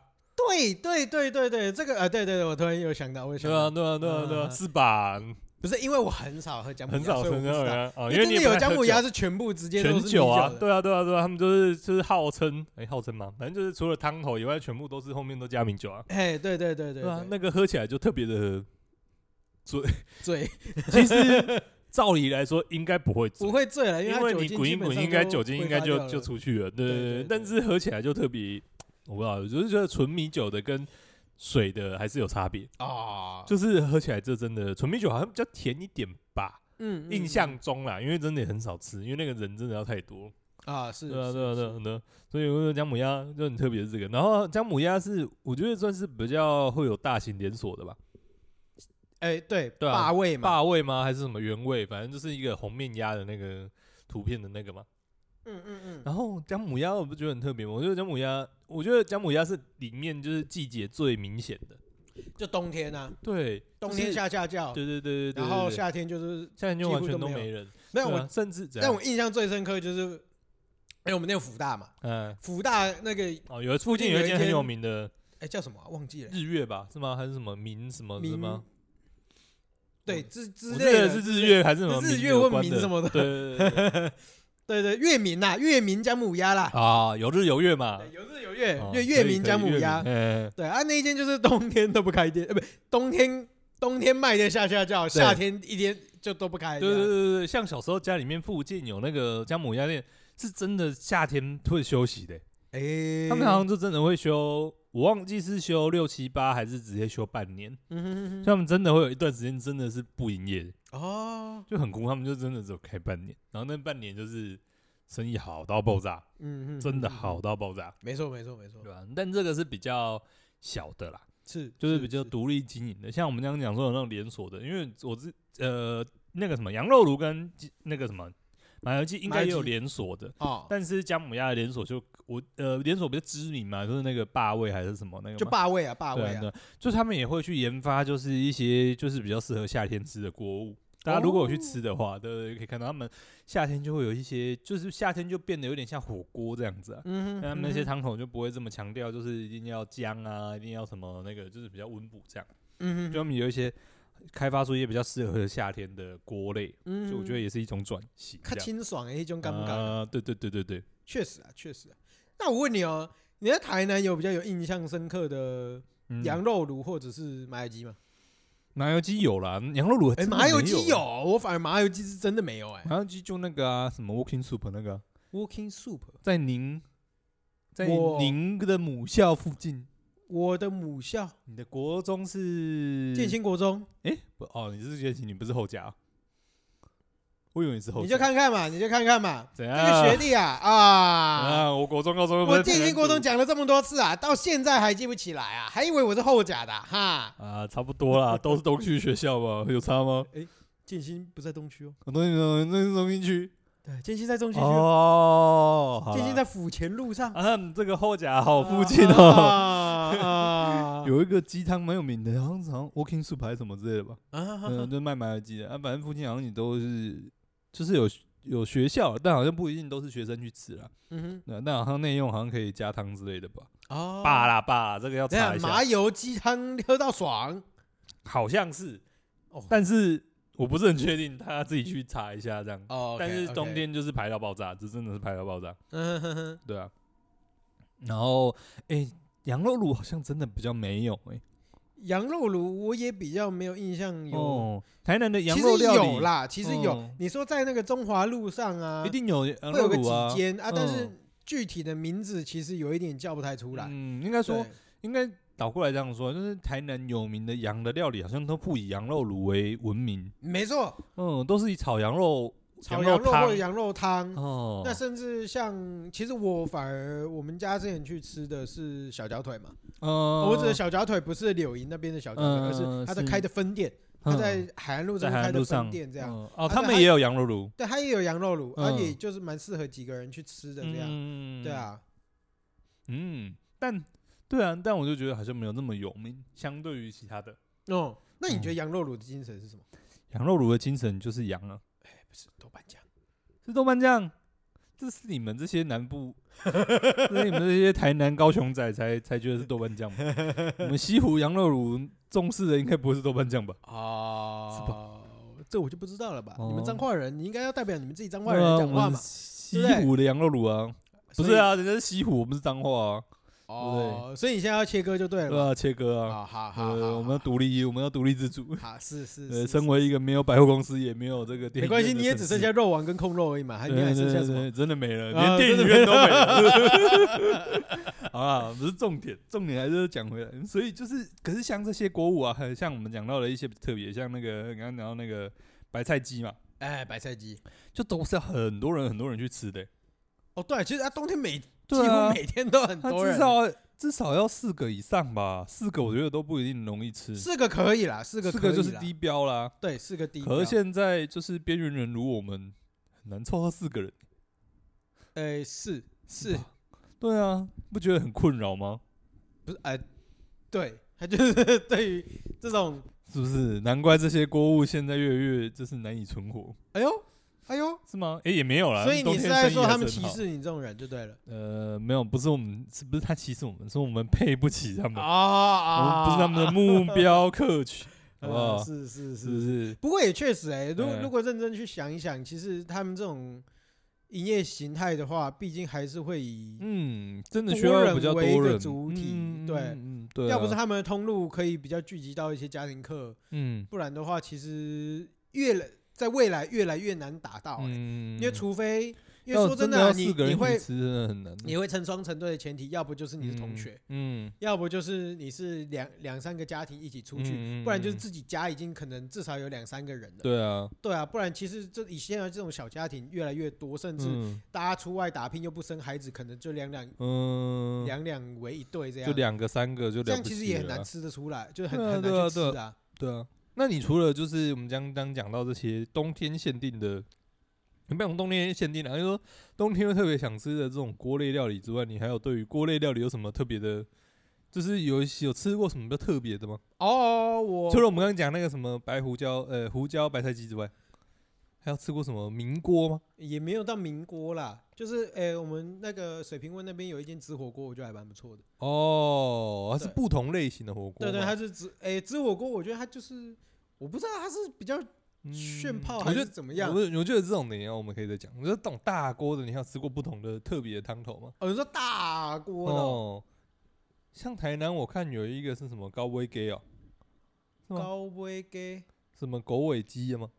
S1: 对对对对对，这个啊，对对对，我突然又想 到，我又想
S2: 对啊，
S1: 到，
S2: 对啊，对啊，对
S1: 嗯
S2: 啊，是吧？
S1: 不是因为我很少喝姜母鸭，
S2: 很少
S1: 所以我
S2: 吃
S1: 不
S2: 姜母
S1: 知道
S2: 鸭啊，因
S1: 因
S2: 为
S1: 为
S2: 你
S1: 真
S2: 也
S1: 的
S2: 不
S1: 有
S2: 太
S1: 姜
S2: 喝
S1: 母鸭是全部直接都
S2: 全
S1: 是米
S2: 酒啊，
S1: 的
S2: 对啊，对啊，对啊，他们就是就是号称哎、号称嘛，反正就是除了汤头以外，全部都是后面都加米酒啊。
S1: 哎，对对对对
S2: 对啊
S1: 对，，
S2: 那个喝起来就特 别的。
S1: 醉
S2: 其实照理来说应该不会 醉
S1: 不，会醉了，
S2: 因
S1: 为
S2: 为你滚一滚，应该酒精应该就就出去了。对
S1: 对
S2: 对
S1: 对
S2: 对，
S1: 对
S2: 但是喝起来就特别，我不知道，我就是觉得纯米酒的跟水的还是有差别。
S1: 啊，
S2: 就是喝起来这真的纯米酒好像比较甜一点吧，
S1: 嗯
S2: 印象中啦，因为真的也很少吃，因为那个人真的要太多。
S1: 啊是，
S2: 对啊，
S1: 是
S2: 对啊，对
S1: 是
S2: 啊，对啊。所以我说姜母鸭就很特别的这个，然后姜母鸭是我觉得算是比较会有大型连锁的吧，
S1: 哎对，
S2: 对啊
S1: 霸味嘛，
S2: 霸味吗？还是什么原味？反正就是一个红面鸭的那个图片的那个嘛。
S1: 嗯嗯嗯，
S2: 然后姜母鸭我不觉得很特别吗？我觉得姜母鸭，我觉得姜母鸭是里面就是季节最明显的，
S1: 就冬天啊，
S2: 对，
S1: 冬天
S2: 就是，
S1: 下下叫，
S2: 对对对对对，
S1: 然后
S2: 对对
S1: 夏天就是，
S2: 夏天就完全
S1: 几乎都
S2: 都
S1: 没有
S2: 没人，
S1: 让
S2: 对啊
S1: 我
S2: 甚至怎
S1: 让
S2: 样
S1: 我印象最深刻就是，哎我们那个福大嘛。
S2: 嗯
S1: 福大那个
S2: 哦，有附近有一间很有名的
S1: 哎叫什么啊、忘记了。
S2: 日月吧，是吗？还是什么明什么
S1: 明
S2: 是吗？
S1: 对之之
S2: 我记
S1: 类
S2: 得
S1: 的
S2: 是日月还是什么
S1: 日
S2: 民
S1: 月
S2: 有
S1: 问
S2: 关
S1: 民
S2: 的
S1: 什么的
S2: 对对对 对对
S1: 对对，月明呐，月明姜母鸭啦，
S2: 啊，有日有月嘛，
S1: 对有日有月
S2: 哦，
S1: 月月
S2: 可以
S1: 明
S2: 可以
S1: 姜母
S2: 月
S1: 鸭
S2: 明，嗯，
S1: 对啊，那一间就是冬天都不开店， 呃，不，冬天冬天卖的下下叫，
S2: 对
S1: 夏天一天就都不开。
S2: 对对对对对，像小时候家里面附近有那个姜母鸭店，是真的夏天会休息的欸、
S1: 哎，
S2: 他们好像就真的会休，我忘记是休六七八还是直接休半年，
S1: 嗯哼哼
S2: 所以
S1: 哼
S2: 他们真的会有一段时间真的是不营业的，
S1: 哦，
S2: 就很酷，他们就真的只有开半年，然后那半年就是生意好到爆炸，
S1: 嗯哼，
S2: 真的
S1: 嗯哼
S2: 好，到爆炸，
S1: 没错没错没错
S2: 对，吧、但这个是比较小的啦，
S1: 是
S2: 就是比较独立经营的，像我们刚刚讲说有那种连锁的，因为我之呃那个什么羊肉炉跟鸡那个什么麻油鸡应该也有连锁的，
S1: 哦，
S2: 但是姜母鸭的连锁就我呃连锁比较知名嘛，就是那个霸味还是什么那个嘛
S1: 就霸位啊霸
S2: 对
S1: 位
S2: 啊
S1: 啊，
S2: 对啊就是他们也会去研发，就是一些就是比较适合夏天吃的锅物。大家如果有去吃的话，对对对，可以看到他们夏天就会有一些，就是夏天就变得有点像火锅这样子啊。
S1: 嗯哼，
S2: 那他们那
S1: 嗯
S2: 些
S1: 哼
S2: 汤头就不会这么强调，就是一定要姜啊，一定要什么那个，就是比较温补这样。
S1: 嗯
S2: 就他们有一些开发出一些比较适合夏天的锅类，
S1: 嗯
S2: 所以我觉得也是一种转型。
S1: 看清爽哎，一种
S2: 这
S1: 感
S2: 样
S1: 不感？
S2: 啊对对对对对，
S1: 确实啊，确实啊。那我问你哦，你在台南有比较有印象深刻的
S2: 嗯
S1: 羊肉炉或者是麻油鸡吗？
S2: 麻油鸡有啦，羊肉卤
S1: 哎，
S2: 真的
S1: 麻油
S2: 没
S1: 鸡
S2: 有
S1: 有，
S2: 啊，
S1: 我反而麻油鸡是真的没有哎。
S2: 麻油鸡就那个啊，什么 Walking Soup 那个啊、
S1: Walking Soup，
S2: 在您，在
S1: 我
S2: 您的母校附近，
S1: 我的母校
S2: 你的国中是
S1: 建？兴国中，
S2: 哎，不哦，你是建兴，你不是后甲啊，我以为你是后甲，
S1: 你就看看嘛，你就看看嘛，
S2: 怎
S1: 这
S2: 样
S1: 个学历啊啊！
S2: 啊，我国中、高中又不
S1: 我
S2: 是
S1: 建
S2: 台南
S1: 兴国中
S2: 读
S1: 讲了这么多次啊，到现在还记不起来啊，还以为我是后甲的啊哈。
S2: 啊，差不多啦，都是东区学校嘛，有 差吗？
S1: 建兴不在东区哦，
S2: 我东区东那是东兴区
S1: 对，建兴在中西区，
S2: 哦，好啦
S1: 建兴在府前路上，
S2: 啊，你这个后甲好附近哦，
S1: 啊
S2: 有一个鸡汤蛮有名的，好像好像 Walking Soup 还是什么之类的吧。嗯，
S1: 啊，
S2: 就卖麻油鸡的啊，反正附近好像你都是，就是有有学校，但好像不一定都是学生去吃啦。
S1: 嗯
S2: 那那好像内用好像可以加汤之类的吧？
S1: 哼，哦，
S2: 罢啦罢啦，这个要
S1: 这
S2: 查
S1: 样
S2: 一
S1: 哦麻
S2: 下，
S1: 油鸡汤喝到爽，
S2: 好像是
S1: 哦，
S2: 但是我不是很确定，大家自己去查一下这样。
S1: 哦，
S2: 但是
S1: OK，OK
S2: 冬，天就是排到爆炸，这真的是排到爆炸，
S1: 嗯哼哼，
S2: 对啊。然后，哎，羊肉炉好像真的比较没有哎、
S1: 羊肉炉我也比较没有印象有，
S2: 哦，台南的羊
S1: 其
S2: 肉
S1: 实
S2: 料理
S1: 有啦，其实有
S2: 嗯，
S1: 你说在那个中华路上啊
S2: 一，定有羊
S1: 会有
S2: 肉
S1: 个
S2: 炉啊
S1: 几，间啊，但是
S2: 嗯
S1: 具体的名字其实有一点叫不太出来。
S2: 嗯，应该说
S1: 对
S2: 应该倒过来这样说，就是台南有名的羊的料理，好像都不以羊肉卤为闻名，
S1: 没错，
S2: 嗯，都是以炒羊肉、
S1: 炒
S2: 肉
S1: 羊肉或者
S2: 汤。
S1: 羊肉汤。
S2: 哦，
S1: 那甚至像，其实我反而我们家之前去吃的是小脚腿嘛，
S2: 呃，
S1: 我指的小脚腿不是柳营那边的小脚腿，
S2: 嗯
S1: 而是它在
S2: 是
S1: 开的分店，它
S2: 嗯
S1: 在海岸路
S2: 在
S1: 上
S2: 海
S1: 开
S2: 岸
S1: 的
S2: 路
S1: 分
S2: 上
S1: 店这样。
S2: 嗯哦，
S1: 啊
S2: 他
S1: 对
S2: 们
S1: 还
S2: 也有羊肉卤，
S1: 对，它也有羊肉炉，而
S2: 嗯
S1: 且就是蛮适合几个人去吃的这样。
S2: 嗯
S1: 对，啊，
S2: 嗯，但对啊，但我就觉得好像没有那么有名，相对于其他的
S1: 哦，那你觉
S2: 嗯
S1: 得羊肉炉的精神是什么？
S2: 羊肉卤的精神就是羊啊，
S1: 哎，不是豆瓣酱，
S2: 是豆瓣酱。这是你们这些南 部，这是你们这些台南、高雄仔才才觉得是豆 瓣酱吧？我们西湖羊肉卤重视的应该不会是豆瓣酱吧？
S1: 哦，这我就不知道了吧？
S2: 哦
S1: 你们彰化人，你应该要代表你们自己彰化
S2: 对
S1: 人
S2: 啊，
S1: 讲
S2: 我
S1: 话
S2: 们
S1: 嘛。
S2: 西
S1: 对不对
S2: 湖的羊肉卤啊，不
S1: 所以
S2: 是，啊，人家是西湖，我们是彰化啊，
S1: 哦，所以你现在要切割就对
S2: 对
S1: 了嘛。
S2: 啊，切割啊，
S1: 啊，好好
S2: 呃，
S1: 好，
S2: 我们要独立，我们要独立自主。
S1: 好是是
S2: 呃，
S1: 是，
S2: 身
S1: 是
S2: 为一个没有百货公司，也没有这个
S1: 没
S2: 电影院的城市，
S1: 关系，你也只剩下肉丸跟控肉而已嘛，还
S2: 对
S1: 你还
S2: 对
S1: 剩下
S2: 对
S1: 什么？
S2: 对，真的没了，
S1: 啊
S2: 连电影院都没了。 好啊，不是重点，重点还是讲回来。所以就是，可是像这些国物啊，还有像我们讲到的一些特别，像那个刚刚讲到那个白菜鸡嘛，
S1: 哎，白菜鸡。
S2: 就都是很多人很多人去吃的、
S1: 哦，对，其实它冬天每几
S2: 对啊
S1: 乎每天都很
S2: 它
S1: 多
S2: 至
S1: 人，
S2: 少至少要四个以上吧，四个我觉得都不一定容易吃，
S1: 四个可以啦，四个
S2: 四
S1: 可以
S2: 个就是
S1: 啦
S2: 低标啦。
S1: 对，四个低标。
S2: 可是现在就是边缘人如我们，很难凑到四个人，
S1: 哎，是是，
S2: 吧对啊，不觉得很困扰吗？
S1: 不是哎，对，他就是 对于这种，
S2: 是不是？难怪这些锅物现在越来越就是难以存活，
S1: 哎呦，哎呦，
S2: 是吗？诶，也没有啦。
S1: 所以
S2: 冬
S1: 你
S2: 天
S1: 是在
S2: 生意
S1: 说
S2: 还
S1: 他们
S2: 是
S1: 歧
S2: 很好？
S1: 视你这种人就对了。
S2: 呃，没有，不是我们，是不是嗯他歧视我们？是我们配不起他们，
S1: 啊啊！
S2: 我们不是他们的目标客群。好不好？
S1: 呃是是
S2: 是不
S1: 是。
S2: 是？
S1: 不过也确实哎、如
S2: 嗯
S1: 如果认真去想一想，其实他们这种营业形态的话，毕竟还是会以
S2: 嗯，真的
S1: 多
S2: 需要
S1: 人
S2: 比较多
S1: 为一个
S2: 人
S1: 主体
S2: 嗯
S1: 对
S2: 嗯，嗯对啊，
S1: 要不是他们的通路可以比较聚集到一些家庭客，
S2: 嗯
S1: 不然的话，其实越来在未来越来越难达到、欸
S2: 嗯，
S1: 因为除非，因
S2: 要
S1: 为说真
S2: 真
S1: 的啊、
S2: 要
S1: 你
S2: 四个人
S1: 你
S2: 一起
S1: 会
S2: 吃真的很难，
S1: 你会成双成对的前提，要不就是你是同学，
S2: 嗯，
S1: 要不就是你是两两三个家庭一起出去，
S2: 嗯
S1: 不然就是
S2: 嗯
S1: 自己家已经可能至少有两三个人了。
S2: 对啊，
S1: 对啊，不然其实这以现在这种小家庭越来越多，甚至
S2: 嗯
S1: 大家出外打拼又不生孩子，可能就两两
S2: 嗯，
S1: 两两为一对这样，
S2: 就两个三个就
S1: 这
S2: 了
S1: 样
S2: 不
S1: 其实
S2: 起
S1: 也很
S2: 了啊
S1: 难吃得出来，就很
S2: 对啊
S1: 很
S2: 对啊
S1: 难去
S2: 对啊
S1: 吃啊。
S2: 对啊，那你除了就是我们刚刚讲到这些冬天限定的，有没有冬天限定的、啊？就是说冬天会特别想吃的这种锅类料理之外，你还有对于锅类料理有什么特别的？就是有一些有吃过什么比较特别的吗？
S1: 哦，我
S2: 除了我们刚刚讲那个什么白胡椒，呃，胡椒白菜鸡之外，还有吃过什么民锅吗？
S1: 也没有到民锅啦，就是诶、我们那个水平温那边有一间紫火锅，我觉得还蛮不错的。
S2: 哦，它是
S1: 对
S2: 不同类型的火锅
S1: 对
S2: 吗，
S1: 对，它是紫诶、紫火锅，我觉得它就是我不知道它是比较
S2: 嗯
S1: 炫泡
S2: 我
S1: 还
S2: 觉
S1: 是
S2: 得。
S1: 怎么
S2: 我
S1: 样。
S2: 觉得我觉得这种等一下我们可以再讲。我觉得懂大锅的，你还有吃过不同的特别的汤头吗？
S1: 哦，你说大锅的哦、
S2: 哦，像台南我看有一个是什么高威鸡哦，哦
S1: 高威给，
S2: 什么狗尾鸡的吗？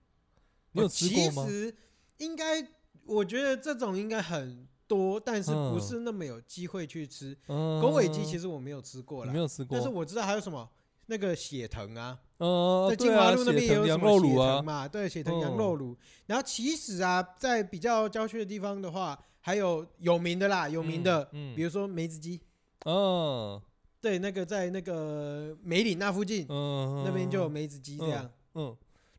S2: 你有
S1: 哦
S2: 吃过
S1: 其
S2: 吗？
S1: 实应该，我觉得这种应该很多，但是
S2: 嗯
S1: 不是那么有机会去吃。
S2: 嗯，
S1: 狗尾鸡其
S2: 实
S1: 实我没有吃过
S2: 你
S1: 啦
S2: 没，有吃过
S1: 但是，我知道还有什么那个血藤啊，
S2: 嗯，
S1: 在
S2: 对
S1: 金华
S2: 啊
S1: 路那边
S2: 血
S1: 也有
S2: 藤
S1: 什
S2: 羊
S1: 么血
S2: 肉炉
S1: 藤
S2: 啊，嗯
S1: 嘛，对，血藤羊肉炉。然后其实啊，在比较郊区的地方的话，还有有名的啦，有名的，
S2: 嗯，
S1: 比
S2: 嗯
S1: 如说梅子鸡，
S2: 嗯
S1: 对，那个在那个梅岭那附近，
S2: 嗯，
S1: 那边就有梅子鸡这样。
S2: 嗯，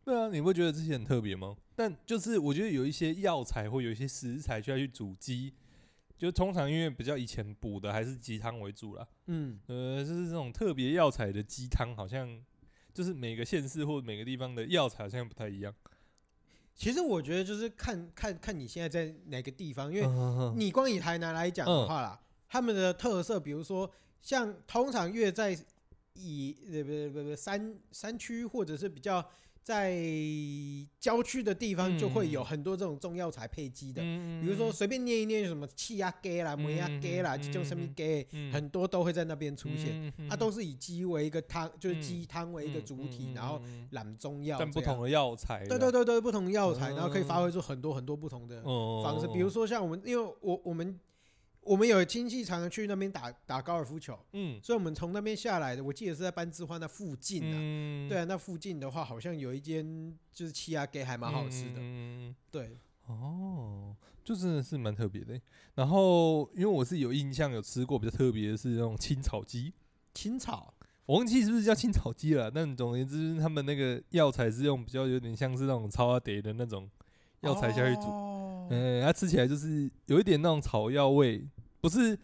S2: 对啊，你不会觉得这些很特别吗？但就是我觉得有一些药材或有一些食材需要去煮鸡，就通常因为比较以前补的还是鸡汤为主啦，
S1: 嗯，
S2: 呃，就是这种特别药材的鸡汤，好像就是每个县市或每个地方的药材好像不太一样，
S1: 其实我觉得就是看看看你现在在哪个地方，因
S2: 嗯
S1: 为
S2: 为
S1: 你光以台南来讲的话
S2: 嗯
S1: 啦，他们的特色，比如说像通常越在以呃不不不不山山区或者是比较在郊区的地方，
S2: 嗯
S1: 就会有很多这种中药材配鸡的，
S2: 嗯
S1: 比如说随便念一念什么气压鸡啦、
S2: 嗯
S1: 摩压鸡啦、
S2: 嗯
S1: 这种什么鸡，
S2: 嗯
S1: 很多都会在那边出现。
S2: 现
S1: 它都是以鸡为一个汤，就是
S2: 嗯
S1: 鸡汤为一个主体，然后揽中药这样，
S2: 但不同的药材啦，
S1: 对对对对，不同药材，
S2: 嗯
S1: 然后可以发挥出很多很多不同的
S2: 哦，
S1: 方式。比如说像我们，因为我我们我们有亲戚常常去那边打打高尔夫球，
S2: 嗯
S1: 所以我们从那边下来的，我记得是在班之花那附近啊。
S2: 嗯
S1: 对啊，那附近的话，好像有一间就是气压给还蛮好吃
S2: 嗯
S1: 的。
S2: 的。
S1: 对，
S2: 哦，就真的是蛮特别的。然后，因为我是有印象有吃过比较特别的是那种青草鸡，
S1: 青草
S2: 我忘记是不是叫青草鸡了，但总而言之，他们那个药材是用比较有点像是那种超阿得的那种药材下去煮，
S1: 哦煮
S2: 嗯、它吃起来就是有一点那种草药味，不是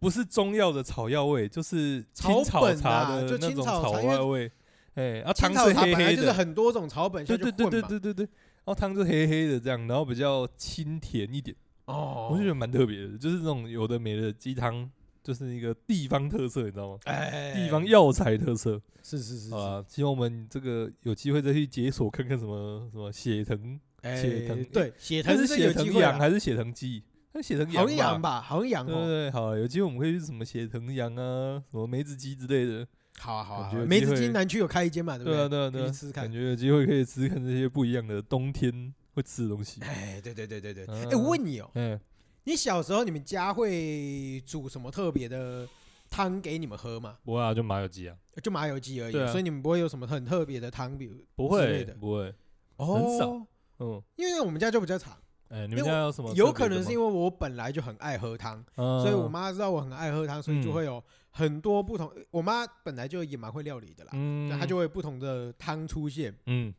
S2: 不是中药的草药味，就是青
S1: 草本
S2: 茶
S1: 啊
S2: 的
S1: 就
S2: 那
S1: 青
S2: 种
S1: 草
S2: 草
S1: 茶因为
S2: 外味，哎、啊
S1: 青
S2: 汤
S1: 草
S2: 是
S1: 它
S2: 黑
S1: 本来
S2: 黑
S1: 就是
S2: 的，
S1: 很多种草本下
S2: 对
S1: 去
S2: 对
S1: 混
S2: 对对
S1: 嘛。
S2: 对对对，然后汤就黑黑的这样，然后比较清甜一点。
S1: 哦，
S2: 我就觉得蛮特别的，就是这种有的没的鸡汤，就是一个地方特色，你知道吗？
S1: 哎，
S2: 地方药材特色
S1: 是是是是
S2: 好，啊，希望我们这个有机会再去解锁看看什么 什么血藤，
S1: 哎
S2: 血藤
S1: 对血
S2: 它
S1: 藤
S2: 是
S1: 是有
S2: 血
S1: 机
S2: 藤
S1: 会
S2: 羊
S1: 啦，
S2: 还是血藤鸡？它是血藤
S1: 好像
S2: 羊
S1: 养
S2: 吧？
S1: 吧，好像养
S2: 对
S1: 哦
S2: 对。对，好啊，有机会我们可以去什么血藤羊啊，什么梅子鸡之类的。
S1: 好啊好啊
S2: 感觉，有
S1: 梅
S2: 机
S1: 子
S2: 会
S1: 金南区有开一间嘛，对不
S2: 对啊，
S1: 对？
S2: 对啊，
S1: 可
S2: 对
S1: 以
S2: 啊
S1: 去吃，吃看
S2: 感觉有机会可以吃吃看这些不一样的冬天会吃的东 西。
S1: 哎，对对对对对。
S2: 嗯
S1: 哎，我问你哦，
S2: 嗯，
S1: 你小时候你们家会煮什么特别的汤给你们喝吗？
S2: 不会啊，就麻油鸡啊，
S1: 就麻油鸡而已，
S2: 对啊
S1: 所以你们不会有什么很特别的汤，比如
S2: 不
S1: 之类
S2: 会
S1: 的，
S2: 不会，
S1: 哦
S2: 很少，嗯，
S1: 因为我们家就比较长，
S2: 哎，你
S1: 因为
S2: 们家有什么特别的吗？嗯
S1: 有可能是因为我本来就很爱喝汤，所
S2: 所
S1: 以我妈知道我很爱喝汤，所以就
S2: 嗯
S1: 会有很多不同。我妈本来就也蛮会料理的啦，
S2: 嗯
S1: 那她就会有不同的汤出现。
S2: 嗯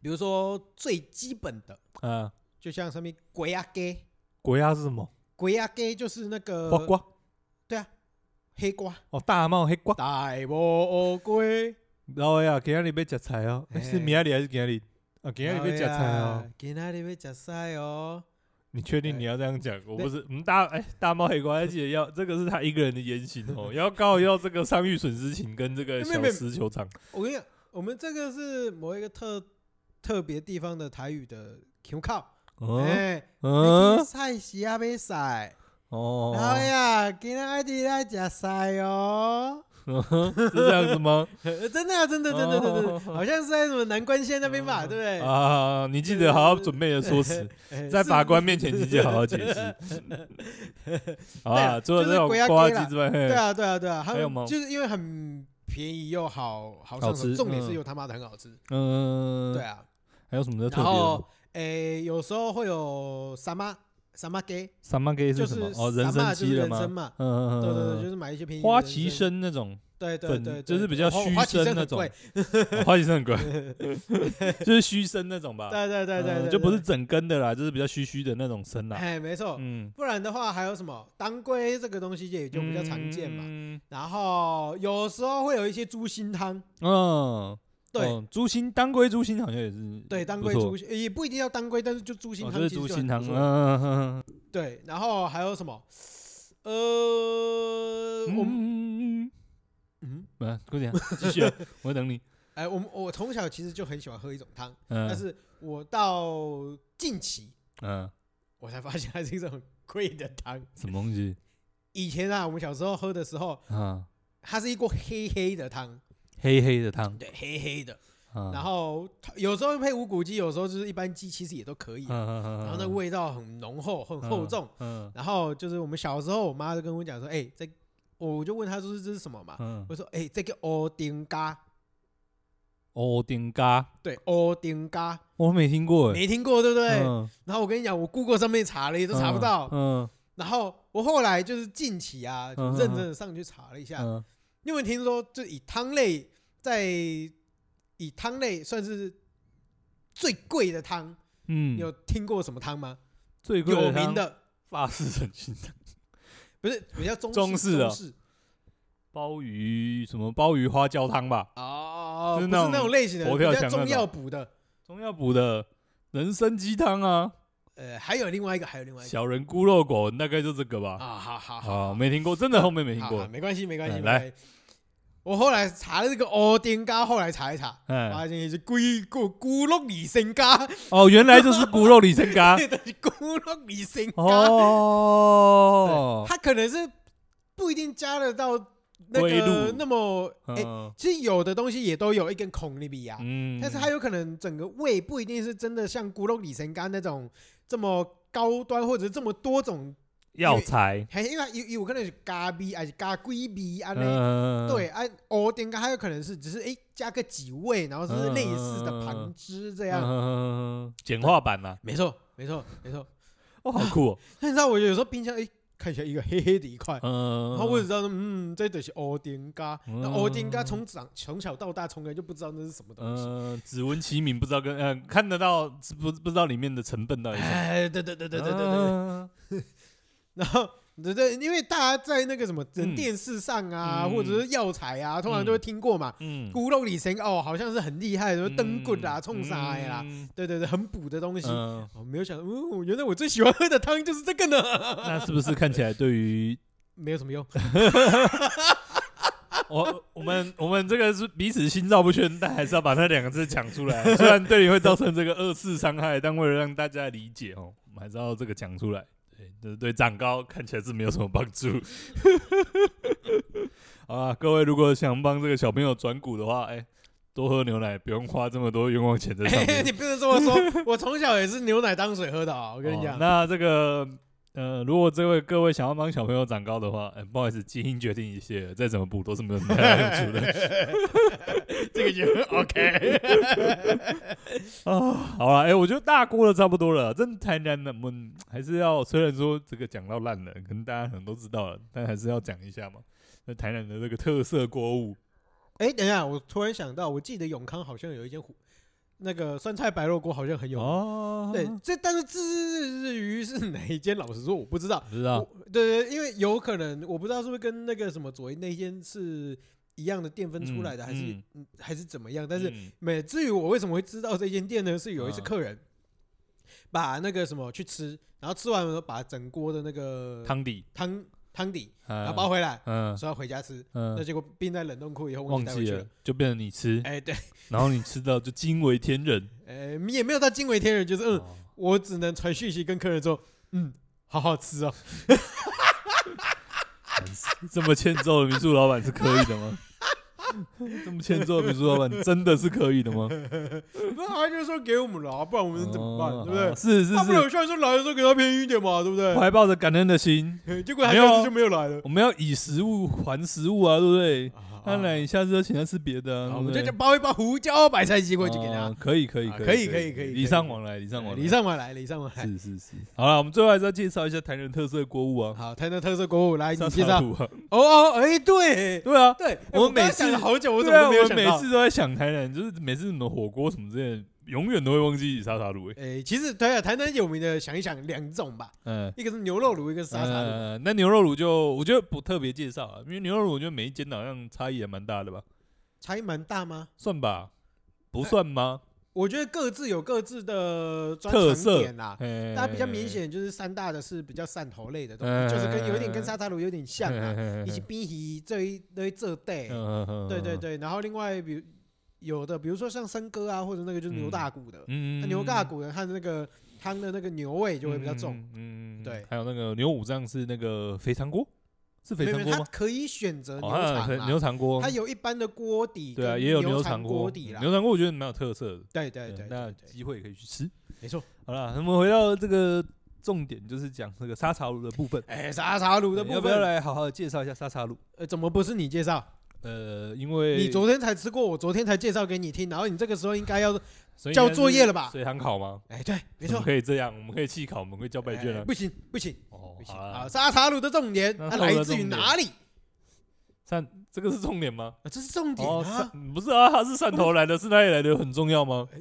S1: 比如说最基本的，
S2: 啊，
S1: 就像上面鬼鸭给，
S2: 国鸭是什么？
S1: 鬼鸭给就是那个
S2: 瓜瓜
S1: 黑瓜，
S2: 哦，大帽黑瓜。
S1: 大波龟，
S2: 老的啊，今天你要吃菜哦，
S1: 哎
S2: 是明天里还是今天里？啊，今天你要吃菜哦。，
S1: 今天你要吃菜哦。
S2: 你确定
S1: 哎
S2: 你要这样讲？我不是，嗯，大哎，大帽黑瓜，记得要这个是 他一个人的言行哦，要告要这个商誉损失情跟这个
S1: 没有
S2: 小
S1: 没有
S2: 石球场。
S1: 我跟你讲，我们这个是某一个特特别地方的台语的 Q 靠，
S2: 嗯
S1: 哎，
S2: 嗯
S1: 菜西啊没晒，老
S2: 哦，
S1: 呀，今天爱弟来吃晒哦，
S2: 是这样子吗？
S1: 真的啊，真的，真的，真的真的，
S2: 哦
S1: 好像是在什么南关县那边吧，对不对？
S2: 啊，你记得好好准备的说辞，
S1: 哎
S2: 在
S1: 是
S2: 法官面前请记得好好解 释。好啊，除了这种
S1: 就是
S2: 瓜
S1: 鬼啊
S2: 机之外，
S1: 对
S2: 嘿
S1: 啊，对啊，对啊，还
S2: 还有吗
S1: 就是因为很便宜又好好上
S2: 好
S1: 手，
S2: 吃
S1: 重点是
S2: 嗯
S1: 又他妈的很好吃。
S2: 嗯，
S1: 对，啊，
S2: 还有什么特
S1: 然
S2: 别的哦
S1: 后？诶，有时候会有什么什么给，
S2: 三妈给
S1: 就是
S2: 什么
S1: 是？
S2: 哦，人
S1: 参
S2: 参
S1: 就是
S2: 鸡了
S1: 人
S2: 吗？
S1: 参
S2: 嗯
S1: 嘛。
S2: 嗯嗯，
S1: 对对对，
S2: 嗯
S1: 就是买一些便宜的
S2: 花
S1: 人
S2: 旗
S1: 参，
S2: 参那种，
S1: 对对
S2: 粉
S1: 对，对
S2: 就是比较
S1: 花
S2: 虚
S1: 花旗
S2: 参
S1: 参
S2: 那
S1: 很
S2: 种
S1: 贵
S2: 哦花旗参很贵， 就是虚参那种吧？
S1: 对对对对
S2: 嗯
S1: 对，
S2: 就不
S1: 对
S2: 是整根的啦，就是比较虚虚的那种参啦。
S1: 哎，没错。
S2: 嗯，
S1: 不然的话还有什么当归这个东西也就比较常见嘛。
S2: 嘛。
S1: 然后有时候会有一些猪心汤，
S2: 嗯，
S1: 对
S2: 哦，猪心当归猪心好像也是
S1: 对，当
S2: 嗯不
S1: 归
S2: 错
S1: 猪心也不一定要当归，但是就猪心
S2: 哦
S1: 汤
S2: 就是
S1: 其实
S2: 猪
S1: 就
S2: 心
S1: 很
S2: 汤，
S1: 不
S2: 嗯
S1: 错
S2: 嗯嗯
S1: 对，然后还有什么？呃，
S2: 嗯
S1: 我们
S2: 嗯，
S1: 嗯，
S2: 嗯，快点继续啊，我等你。
S1: 哎，我们我从小其实就很喜欢喝一种汤，但
S2: 嗯
S1: 是我到近期
S2: 嗯，
S1: 我才发现它是一种很贵的汤。
S2: 什么东西
S1: 以前啊，我们小时候喝的时候，
S2: 啊？
S1: 它是一锅黑黑的汤，
S2: 黑黑的汤，啊
S1: 对，黑黑的。
S2: 然
S1: 然后它有时候配五谷鸡，有时候就是一般鸡，其实也都可以
S2: 嗯。嗯嗯，
S1: 然后那个味道很浓厚，很
S2: 嗯
S1: 厚重。，
S2: 嗯
S1: 然后就是我们小时候，我妈就跟我讲说：“哎，这我就问她说是这是什么嘛？”
S2: 嗯，
S1: 我说：“哎，这个欧丁嘎。”
S2: 哦，丁嘎，
S1: 对，欧丁嘎，
S2: 我没听过哎，
S1: 没听过对不对？
S2: 嗯
S1: 然后我跟你讲，我 Google 上面查了也都查不到。
S2: 嗯
S1: 然后我后来就是近期啊，就
S2: 嗯嗯
S1: 认真的上去查了一下。
S2: 嗯
S1: 你有没有听说，就以汤类在以汤类算是最贵的汤，
S2: 嗯，
S1: 你有听过什么汤吗？
S2: 最贵
S1: 有
S2: 的
S1: 名
S2: 汤
S1: 的
S2: 法式神心汤，
S1: 不是比较中式
S2: 中式的
S1: 中式
S2: 鲍鱼什么鲍鱼花椒汤吧，
S1: 哦，
S2: 就是
S1: 不
S2: 那
S1: 是
S2: 种
S1: 那种类型的，
S2: 佛
S1: 比
S2: 跳
S1: 较
S2: 墙那
S1: 中
S2: 种
S1: 药补的。
S2: 中药补的人参鸡汤啊，
S1: 呃，还有另外一个，还有另外一个
S2: 小人孤肉狗大概就这个吧。
S1: 啊，好好好，
S2: 啊，没听过，真的后面没听
S1: 好
S2: 过
S1: 好。没关系，没关系。
S2: 哎
S1: 没关系，我后来查了这个欧丁嘎，后来查一查，
S2: 哎，
S1: 发现是龟骨咕碌里生嘎，
S2: 哦，原来就是骨肉里参嘎。
S1: 就是咕碌里生嘎。
S2: 哦，
S1: 它可能是不一定加得到那
S2: 龟
S1: 个
S2: 鹿
S1: 那么，哎，
S2: 嗯
S1: 其实有的东西也都有一根孔里比亚，
S2: 嗯
S1: 但是它有可能整个味不一定是真的像咕碌里生嘎那种这么。高端或者是这么多种，
S2: 药材，
S1: 还因为它有有可能是咖逼，还是咖龟逼啊？那
S2: 嗯，
S1: 对，啊，欧丁它有可能是只是哎、诶加个几味，然后是
S2: 嗯
S1: 类似的旁支这
S2: 这
S1: 样。
S2: 样嗯简化版啦。
S1: 没错，没错，没错。
S2: 哦，好酷哦。
S1: 那你知道我有时候冰箱哎、诶看起来一个黑黑的一块，
S2: 嗯，
S1: 然后我只知道说嗯，这就是欧丁嘎。啊那欧丁嘎从长从小到大从来就不知道那是什么东西。
S2: 嗯，只闻其名，不知道跟呃看得到，不不知道里面的成分到底是什么。
S1: 哎，对对对对对对对。
S2: 嗯
S1: 然后对对，因为大家在那个什么
S2: 嗯
S1: 电视上啊，
S2: 嗯
S1: 或者是药材啊，通常都会听过嘛。
S2: 嗯，
S1: 咕噜里神哦，好像是很厉害的，什么灯棍啊、
S2: 嗯
S1: 冲啥的啦，
S2: 嗯
S1: 对对对，很补的东西。
S2: 嗯
S1: 我没有想到，哦，原来我最喜欢喝的汤就是这个呢，
S2: 那是不是看起来对于
S1: 没有什么用。
S2: 我我们我们这个是彼此心照不宣，但还是要把那两个字讲出来。虽然对你会造成这个二次伤害，但为了让大家理解哦，我们还是要这个讲出来。对，这对长高看起来是没有什么帮助。 好啊，各位如果想帮这个小朋友转骨的话，哎、多喝牛奶，不用花这么多冤枉钱在 上面。
S1: 你不能这么说， 我从小也是牛奶当水喝的啊，我
S2: 我
S1: 跟你讲。
S2: 哦那这个呃，如果这位各位想要帮小朋友长高的话，哎、不好意思，基因决定一切，再怎么补都是没 有什么太大用处的。
S1: 这个就 OK。
S2: 啊，好了，哎、我觉得大锅的差不多了。真台南的，我们还是要，虽然说这个讲到烂了，可能大家可能都知道了，但还是要讲一下嘛。那台南的这个特色锅物，
S1: 哎，等一下，我突然想到，我记得永康好像有一间虎，那个酸菜白肉锅好像很有名。
S2: 哦，
S1: 对，这但是至于是哪一间，老实说我不知道。
S2: 不知道，
S1: 我对对，因为有可能我不知道是不是跟那个什么左一那间是一样的店分出来的，
S2: 嗯
S1: 还是
S2: 嗯
S1: 嗯还是怎么样？但是
S2: 嗯
S1: 每至于我为什么会知道这间店呢？是有一次
S2: 嗯
S1: 客人把那个什么去吃，然后吃完了把整锅的那个
S2: 汤底，
S1: 汤汤底，然后
S2: 嗯
S1: 包回来，
S2: 嗯
S1: 说要回家吃，那
S2: 嗯，
S1: 结果冰在冷冻库以后
S2: 忘
S1: 记带回
S2: 记
S1: 去
S2: 了。，就变成你吃，
S1: 哎，对，
S2: 然后你吃到就惊为 天人。
S1: 呃，也没有到惊为天人，就是嗯，
S2: 哦
S1: 我只能传讯息跟客人说，嗯，好好吃 哦。
S2: 这么欠揍的民宿老板是可以的吗？ 这么欠揍的民宿老板真的是可以的吗？
S1: 那他就说给我们了啊， 不然我们能怎么办，
S2: 哦
S1: 对不对
S2: 哦？是是
S1: 他们有
S2: 是，
S1: 效说来的时候给他便宜一点嘛，对不
S2: 我
S1: 对？
S2: 还抱着感恩的心，
S1: 结果他
S2: 没有啊
S1: 下次就没有来了。
S2: 我们要以食物还食物啊，对不对？
S1: 啊
S2: 当然，你下次要请他吃别的啊，
S1: 好我们
S2: 对
S1: 就
S2: 不
S1: 就
S2: 对
S1: 包一包胡椒白菜鸡过去给他
S2: 哦。可以可以
S1: 啊
S2: 以
S1: 可以
S2: 以
S1: 可以可以哎
S2: 礼尚往来，礼尚往来，
S1: 礼尚往来，礼尚往来。
S2: 是是是。好了，我们最后还是要介绍一下台南特色锅物啊，
S1: 好，台南特色国物哎来，你
S2: 沙
S1: 介
S2: 茶
S1: 绍。
S2: 卤啊，
S1: 哦哦，哎，对
S2: 对啊，
S1: 对，哎
S2: 我
S1: 我
S2: 每
S1: 刚
S2: 次
S1: 想了好久，我怎
S2: 对
S1: 么
S2: 啊
S1: 都没有
S2: 我
S1: 想
S2: 每
S1: 到。
S2: 次都在想台南，就是每次什么火锅什么之类的，永远都会忘记沙茶卤欸。
S1: 哎，其实对啊，台南有名的，想一想两种吧，
S2: 嗯，
S1: 一个是牛肉卤，一个是沙茶卤。
S2: 呃。那牛肉卤就我觉得不特别介绍啊，因为牛肉卤我觉得每一间好像差异也蛮大的吧，
S1: 差异蛮大吗？
S2: 算吧，不算吗？
S1: 我觉得各自有各自的专
S2: 特
S1: 长
S2: 色
S1: 点啦。
S2: 哎
S1: 大家比较明显就是三大的是比较汕头类的东西，就是跟有点跟沙茶卤有点像啊，以及冰皮这一这一这带，对对，对。然后另外比如有的，比如说像生哥啊，或者那个就是牛大骨的，
S2: 嗯
S1: 那牛大骨的和那个汤的那个牛味就会比较重。，
S2: 嗯
S1: 对
S2: 还有那个牛五脏是那个肥肠锅，是肥
S1: 没有没
S2: 肠锅
S1: 有，它
S2: 吗？
S1: 可以选择牛
S2: 哦，
S1: 肠
S2: 它有
S1: 啊
S2: 牛，肠锅
S1: 它，有一般的锅底，
S2: 对啊，也有
S1: 牛
S2: 肠
S1: 锅底啦。
S2: 牛肠锅我觉得蛮有特色的，
S1: 对对对
S2: 那
S1: 对，
S2: 机会可以去吃。
S1: 没错。
S2: 好了，那么回到这个重点，就是讲这个沙茶卤的部分。
S1: 哎，沙茶卤的
S2: 要
S1: 部
S2: 不要
S1: 分，
S2: 来好好的介绍一下沙茶卤？
S1: 呃，怎么不是你介绍？
S2: 呃，因为
S1: 你昨天才吃过，我昨天才介绍给你听，然后你这个时候应该要，
S2: 所以
S1: 交
S2: 应该是
S1: 作业了吧
S2: 随堂考吗？
S1: 哎，对，没
S2: 我
S1: 错
S2: 们，可以这样，我们可以弃考，我们可以交白卷
S1: 哎
S2: 啊。
S1: 不行不行
S2: 哦
S1: 不，行
S2: 好
S1: 啊！
S2: 啊，
S1: 沙茶卤的重点，
S2: 那
S1: 它
S2: 肉的
S1: 来自于
S2: 重点
S1: 哪里？
S2: 汕这个是重点吗？
S1: 啊，这是重点
S2: 哦，
S1: 啊！
S2: 汕不是啊，他是汕头来的，是哪里来的很重要吗
S1: 哎？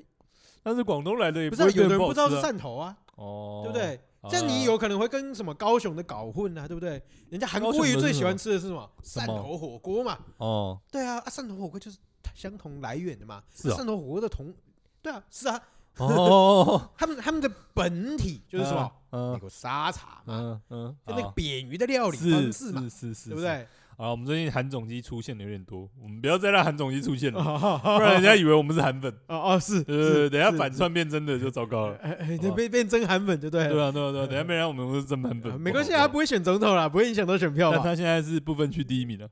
S2: 但是广东来的也
S1: 不是
S2: 会
S1: 啊
S2: 变
S1: 有的人
S2: 不好
S1: 不知道
S2: 吃
S1: 是
S2: 啊
S1: 汕头啊，
S2: 哦，
S1: 对不？对？
S2: 好啊
S1: 这样你有可能会跟什么高雄的搞混啊，对不对？人家韩国
S2: 高雄
S1: 瑜
S2: 的是
S1: 最
S2: 什
S1: 喜欢
S2: 么
S1: 吃的是什么？
S2: 什
S1: 汕
S2: 么
S1: 头火锅嘛。
S2: 哦，
S1: 对啊，啊，汕头火锅就是相同来源的嘛。啊
S2: 是哦
S1: 汕头火锅的同，对啊，是啊，
S2: 哦，
S1: 他们他们的本体就是什么？美
S2: 嗯？
S1: 国沙茶嘛，
S2: 嗯嗯
S1: 就那个
S2: 嗯，
S1: 扁鱼的料理
S2: 是
S1: 方式嘛
S2: 是，是是，
S1: 对不？对？
S2: 啊，我们最近韩总机出现的有点多，我们不要再让韩总机 出现了，
S1: 不
S2: 不然人家以为我们是 韩粉。
S1: 哦哦是，
S2: 呃，
S1: 哦是
S2: 等下
S1: 是
S2: 反
S1: 是
S2: 串变真的就糟糕 了。
S1: 哎哎，
S2: 好
S1: 就
S2: 吧
S1: 被变真韩粉就对
S2: 对
S1: 了。
S2: 啊，对啊，对啊，等下没然我们是真版
S1: 啊
S2: 本，
S1: 没关系啊，他不会选总统啦，不会影响到选票
S2: 但
S1: 吧？
S2: 他现在是不分区第一名了。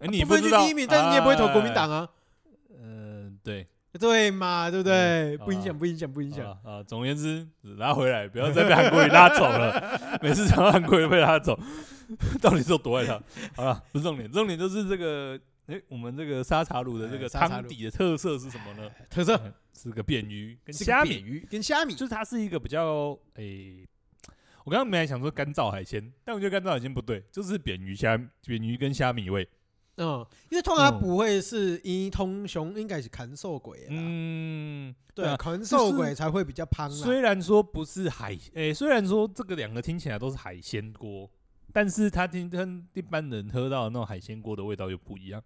S2: 哎，你
S1: 啊不分
S2: 知
S1: 区
S2: 道哎
S1: 第一名，但你也不会投国民党。啊，
S2: 嗯，对，
S1: 对嘛？对不对？
S2: 嗯好
S1: 不影响，
S2: 吧
S1: 不影响，不影响。
S2: 啊啊，总而言之，拉回来，不要再被韩国瑜拉走 了。每次讲到韩国瑜被拉走， 到底是有多爱他？好了，不是重点，重点就是这个。哎，我们这个沙茶卤的这
S1: 哎
S2: 个
S1: 沙茶
S2: 汤
S1: 卤
S2: 底的特色是什么呢？
S1: 特色
S2: 是个扁鱼跟
S1: 是个
S2: 虾
S1: 扁
S2: 米，
S1: 鱼跟虾米
S2: 嗯就是它是一个比较诶、我刚刚本来想说干燥海鲜，但我觉得干燥海鲜不对，就是扁鱼虾、扁鱼跟虾米味。
S1: 嗯，因为通常它
S2: 嗯
S1: 不会是一通熊，应该是砍瘦鬼啦。
S2: 嗯，对
S1: 对，
S2: 啊
S1: 砍瘦
S2: 就是
S1: 鬼才会比较胖啦。
S2: 虽然说不是海，诶、虽然说这个两个听起来都是海鲜锅，但是它听跟一般人喝到的那种海鲜锅的味道又不一样。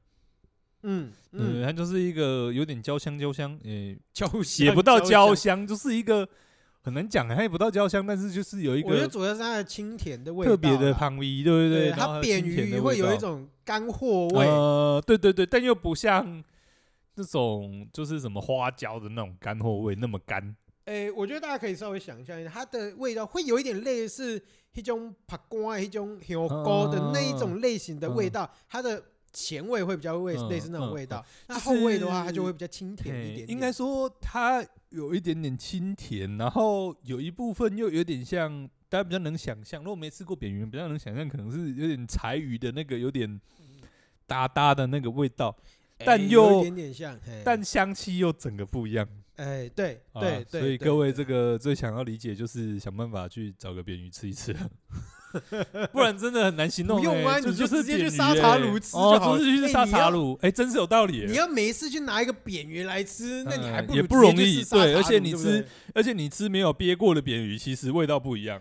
S1: 嗯
S2: 嗯、
S1: 嗯，
S2: 它就是一个有点焦香焦香，诶、
S1: 焦
S2: 也不到焦
S1: 焦香。
S2: 香，就是一个很难讲，啊它也不到焦香，但是就是有一
S1: 我觉得
S2: 个
S1: 主要是它的清甜的味道
S2: 特
S1: 啦，
S2: 别的胖味，对不
S1: 对，
S2: 然后
S1: 它
S2: 有
S1: 扁
S2: 清甜
S1: 鱼
S2: 的
S1: 会
S2: 味
S1: 有一
S2: 道
S1: 种干货味。
S2: 呃，对对对，但又不像那种就是什么花椒的那种干货味那么干。
S1: 诶、我觉得大家可以稍微想象一下，它的味道会有一点类
S2: 嗯
S1: 似一种ผั瓜、一种牛膏的那一种类型的味道，它的前味会比较味、
S2: 嗯
S1: 类似那种
S2: 嗯
S1: 味道，那
S2: 就是
S1: 后味的话，它就会比较清甜一
S2: 嘿
S1: 点点。
S2: 应该说它有一点点清甜，然后有一部分又有点像大家比较能想象，如果没吃过扁鱼，比较能想象可能是有点柴鱼的那个有点
S1: 嗯
S2: 哒哒的那个味道，
S1: 诶
S2: 但
S1: 有
S2: 又
S1: 一点点像，嘿
S2: 但香气又整个不一样。
S1: 诶、对
S2: 啊
S1: 对对，
S2: 所以
S1: 对
S2: 各位
S1: 对
S2: 这个最想要理解就是想办法去找个扁鱼吃一吃，不然真的很难行动、
S1: 不
S2: 欸。
S1: 用啊
S2: 就
S1: 你就
S2: 就是
S1: 直接去
S2: 扁鱼
S1: 沙茶
S2: 欸
S1: 炉吃
S2: 哦
S1: 就好了
S2: 就是去
S1: 欸
S2: 沙
S1: 你
S2: 茶
S1: 要
S2: 炉，哎、真是有道理欸、
S1: 你要每次去拿一个扁鱼来吃，那你还不
S2: 嗯也
S1: 如
S2: 不
S1: 直接
S2: 容
S1: 去
S2: 易
S1: 吃沙茶
S2: 对而且
S1: 卤
S2: 你
S1: 不
S2: 吃
S1: 对
S2: 而且你吃没有憋过的扁鱼，其实味道不一样。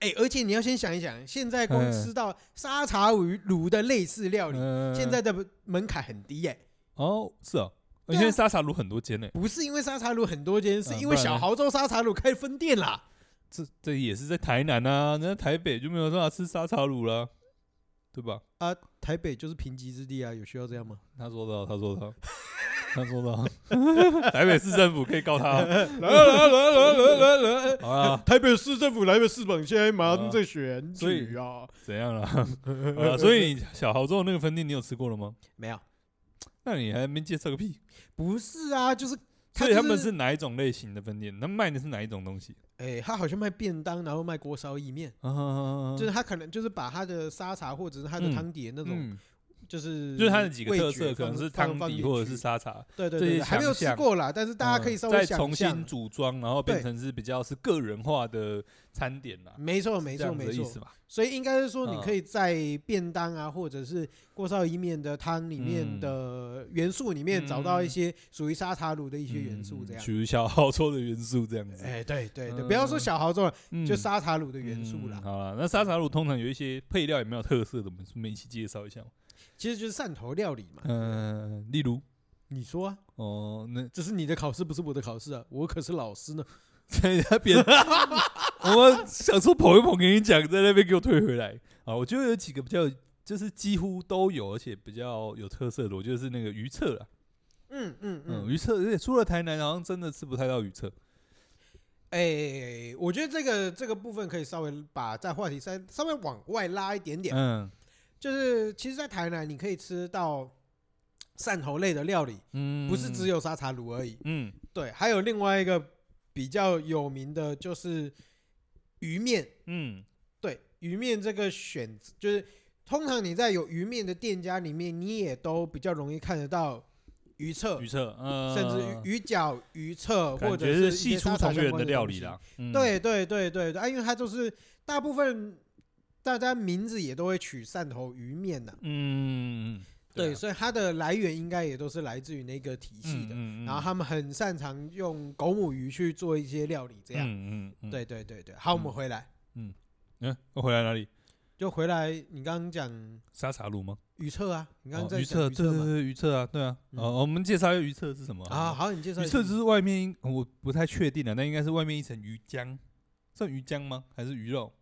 S1: 哎、而且你要先想一想，现在光
S2: 嗯
S1: 吃到沙茶鱼卤的类似料理，
S2: 嗯，
S1: 现在的门槛很低耶、
S2: 哦是哦，
S1: 对
S2: 现在
S1: 啊
S2: 沙茶炉很多间呢、
S1: 不是因为沙茶卤很多间，是
S2: 嗯
S1: 因
S2: 不
S1: 为
S2: 然
S1: 小
S2: 呢
S1: 濠州沙茶卤开分店啦。
S2: 这这也是在台南啊，人家台北就没有办法吃沙茶卤啦。对吧？
S1: 啊，台北就是贫瘠之地啊，有需要这样吗？
S2: 他说的哦，他说的哦，他说的 哦，台北市政府可以告他哦。
S1: 来来来来来来，
S2: 好啊，
S1: 台北市政府、台北市长现在马
S2: 啊
S1: 上在选
S2: 所以
S1: 举啊，
S2: 怎样 了？啊，所以小豪州那个分店你有吃过了吗？
S1: 没有，
S2: 那你还没介绍个屁？
S1: 不是啊，就是
S2: 所以
S1: 就
S2: 他们是哪一种类型的分店？他们卖的是哪一种东西？
S1: 哎，他好像卖便当，然后卖锅烧意面，
S2: 啊，
S1: 就是他可能就是把他的沙茶或者是他的
S2: 嗯
S1: 汤底那种，
S2: 嗯，
S1: 就是
S2: 就是它的几个
S1: 味
S2: 特
S1: 觉
S2: 色，可能
S1: 放
S2: 是
S1: 放
S2: 汤
S1: 放
S2: 底
S1: 进
S2: 或者
S1: 去
S2: 是沙茶，
S1: 对对
S2: 这
S1: 对，
S2: 些
S1: 还没有
S2: 强
S1: 吃
S2: 项
S1: 过啦，但是大家可以
S2: 嗯
S1: 稍
S2: 再
S1: 微想
S2: 重
S1: 象
S2: 新，组装，然后变成是比较是个人化的餐点啦，
S1: 没错嗯没
S2: 这
S1: 错
S2: 样子
S1: 没
S2: 的意
S1: 错
S2: 思，吧？
S1: 所以应该是说，你
S2: 嗯
S1: 可以在便当啊，或者是锅烧意面的汤里面
S2: 嗯
S1: 的元素里面找到一
S2: 嗯
S1: 些属于沙茶卤的一些元素，
S2: 嗯
S1: 这样。
S2: 取小豪州的元素这样子，
S1: 哎，对对对，不要说小豪州了，
S2: 嗯
S1: 就沙茶卤的元素啦
S2: 嗯，好了，那沙茶卤通常有一些配料也没有特色的，我们顺便一起介绍一下嘛。
S1: 其实就是汕头料理嘛。
S2: 嗯、例如
S1: 你说啊，
S2: 哦，那
S1: 这是你的考试，不是我的考试啊，我可是老师呢。
S2: 在那边，我想说捧一捧给你讲，在那边给我退回来啊。我觉得有几个比较，就是几乎都有，而且比较有特色的，我觉得是那个鱼翅啦。
S1: 嗯嗯
S2: 嗯，
S1: 嗯，
S2: 鱼翅，而且除了台南，好像真的吃不太到鱼翅。
S1: 哎，我觉得这个这个部分可以稍微把在话题稍稍微往外拉一点点，
S2: 嗯
S1: 就是其实，在台南你可以吃到汕头类的料理，
S2: 嗯，
S1: 不是只有沙茶卤而已。
S2: 嗯
S1: 对，还有另外一个比较有名的就是鱼面。
S2: 嗯
S1: 对，鱼面这个选择就是，通常你在有鱼面的店家里面，你也都比较容易看得到鱼翅
S2: 鱼，翅，嗯，
S1: 甚至鱼鱼饺、鱼翅，或
S2: 感
S1: 者
S2: 觉
S1: 是一
S2: 是
S1: 些
S2: 系出
S1: 沙茶
S2: 同
S1: 相
S2: 源
S1: 关
S2: 的
S1: 的
S2: 料
S1: 东
S2: 理
S1: 西。
S2: 啦。嗯，
S1: 对对对对对，啊，因为它就是大部分大家名字也都会取汕头鱼面呐、
S2: 嗯，
S1: 对，
S2: 啊
S1: 所以它的来源应该也都是来自于那个体系的。
S2: 嗯嗯嗯
S1: 然后他们很擅长用狗母鱼去做一些料理，这样。
S2: 嗯嗯嗯，
S1: 啊对对对对，好，我们回来，
S2: 嗯，我回来哪里？
S1: 就回来。你刚刚讲
S2: 沙茶卤吗？
S1: 鱼测啊，你刚
S2: 哦
S1: 刚在
S2: 鱼
S1: 讲
S2: 测，
S1: 鱼
S2: 对
S1: 测
S2: 对
S1: 嘛？
S2: 对，鱼测啊，对啊。
S1: 嗯
S2: 哦，我们介绍一下鱼测是什么
S1: 啊，。好，你介绍
S2: 鱼
S1: 一
S2: 测
S1: 下
S2: 就。是外面，哦我不太确定了，啊那应该是外面一层鱼浆，算鱼浆吗？还是鱼肉？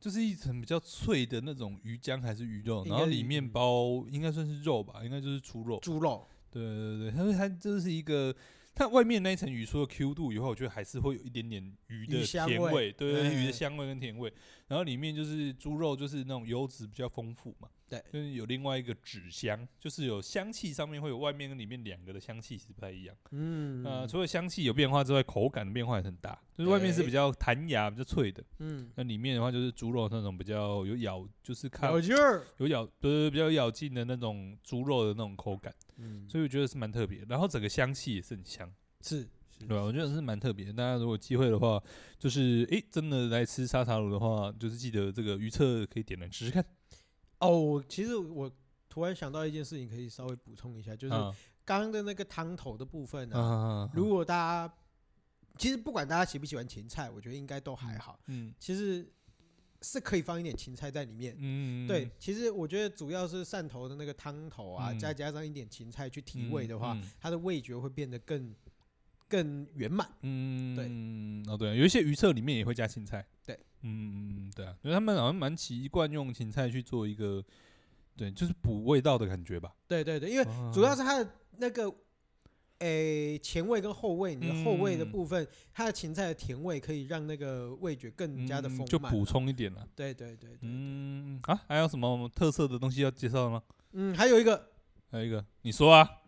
S2: 就是一层比较脆的那种鱼浆还是鱼肉，
S1: 应
S2: 然后
S1: 该是
S2: 里
S1: 鱼
S2: 面包应该算是肉吧，应该就是猪肉。
S1: 猪肉，
S2: 对对对，它它就是一个，它外面那一层鱼除了 Q 度以后，我觉得还是会有一点点鱼的
S1: 鱼香
S2: 甜
S1: 味
S2: 对对，对鱼
S1: 哎
S2: 的香味跟甜味。然后里面就是猪肉，就是那种油脂比较丰富嘛，
S1: 对
S2: 就是有另外一个纸香，就是有香气上面会有外面跟里面两个的香气是不太一样。
S1: 嗯，
S2: 呃，除了香气有变化之外，口感的变化也很大，就是外面是
S1: 哎
S2: 比较弹牙、比较脆的，
S1: 嗯，
S2: 那里面的话就是猪肉那种比较有咬，就是看
S1: 有劲儿，
S2: 有咬，对对，对比较有咬劲的那种猪肉的那种口感。
S1: 嗯，
S2: 所以我觉得是蛮特别的。然后整个香气也是很香，
S1: 是是
S2: 对啊吧、我觉得是蛮特别的。大家如果有机会的话，就是诶，真的来吃沙茶卤的话，就是记得这个鱼翅可以点来吃吃看。
S1: 哦，我其实我突然想到一件事情，可以稍微补充一下，就是
S2: 啊
S1: 刚刚的那个汤头的部分
S2: 啊
S1: 呢，
S2: 啊，
S1: 如果大家其实不管大家喜不喜欢芹菜，我觉得应该都还好，
S2: 嗯
S1: 其实是可以放一点芹菜在里面。
S2: 嗯，
S1: 对，其实我觉得主要是汕头的那个汤头啊，
S2: 嗯
S1: 再加上一点芹菜去提
S2: 嗯
S1: 味的话，
S2: 嗯
S1: 它的味觉会变得更更圆满。
S2: 嗯，
S1: 对
S2: 嗯，哦对，有一些鱼翅里面也会加芹菜，
S1: 对，
S2: 嗯，对啊，因为他们好像蛮习惯用芹菜去做一个，对，就是补味道的感觉吧。
S1: 对对对，因为
S2: 哦
S1: 主要是它的那个诶、前味跟后味，你的后味的
S2: 嗯
S1: 部分，它的芹菜的甜味可以让那个味觉更加的
S2: 嗯
S1: 丰
S2: 就
S1: 满啊。
S2: 补充一点了。
S1: 对对对对，
S2: 嗯，啊，还有什么特色的东西要介绍吗？
S1: 嗯，还有一个
S2: 还有一个，你说啊，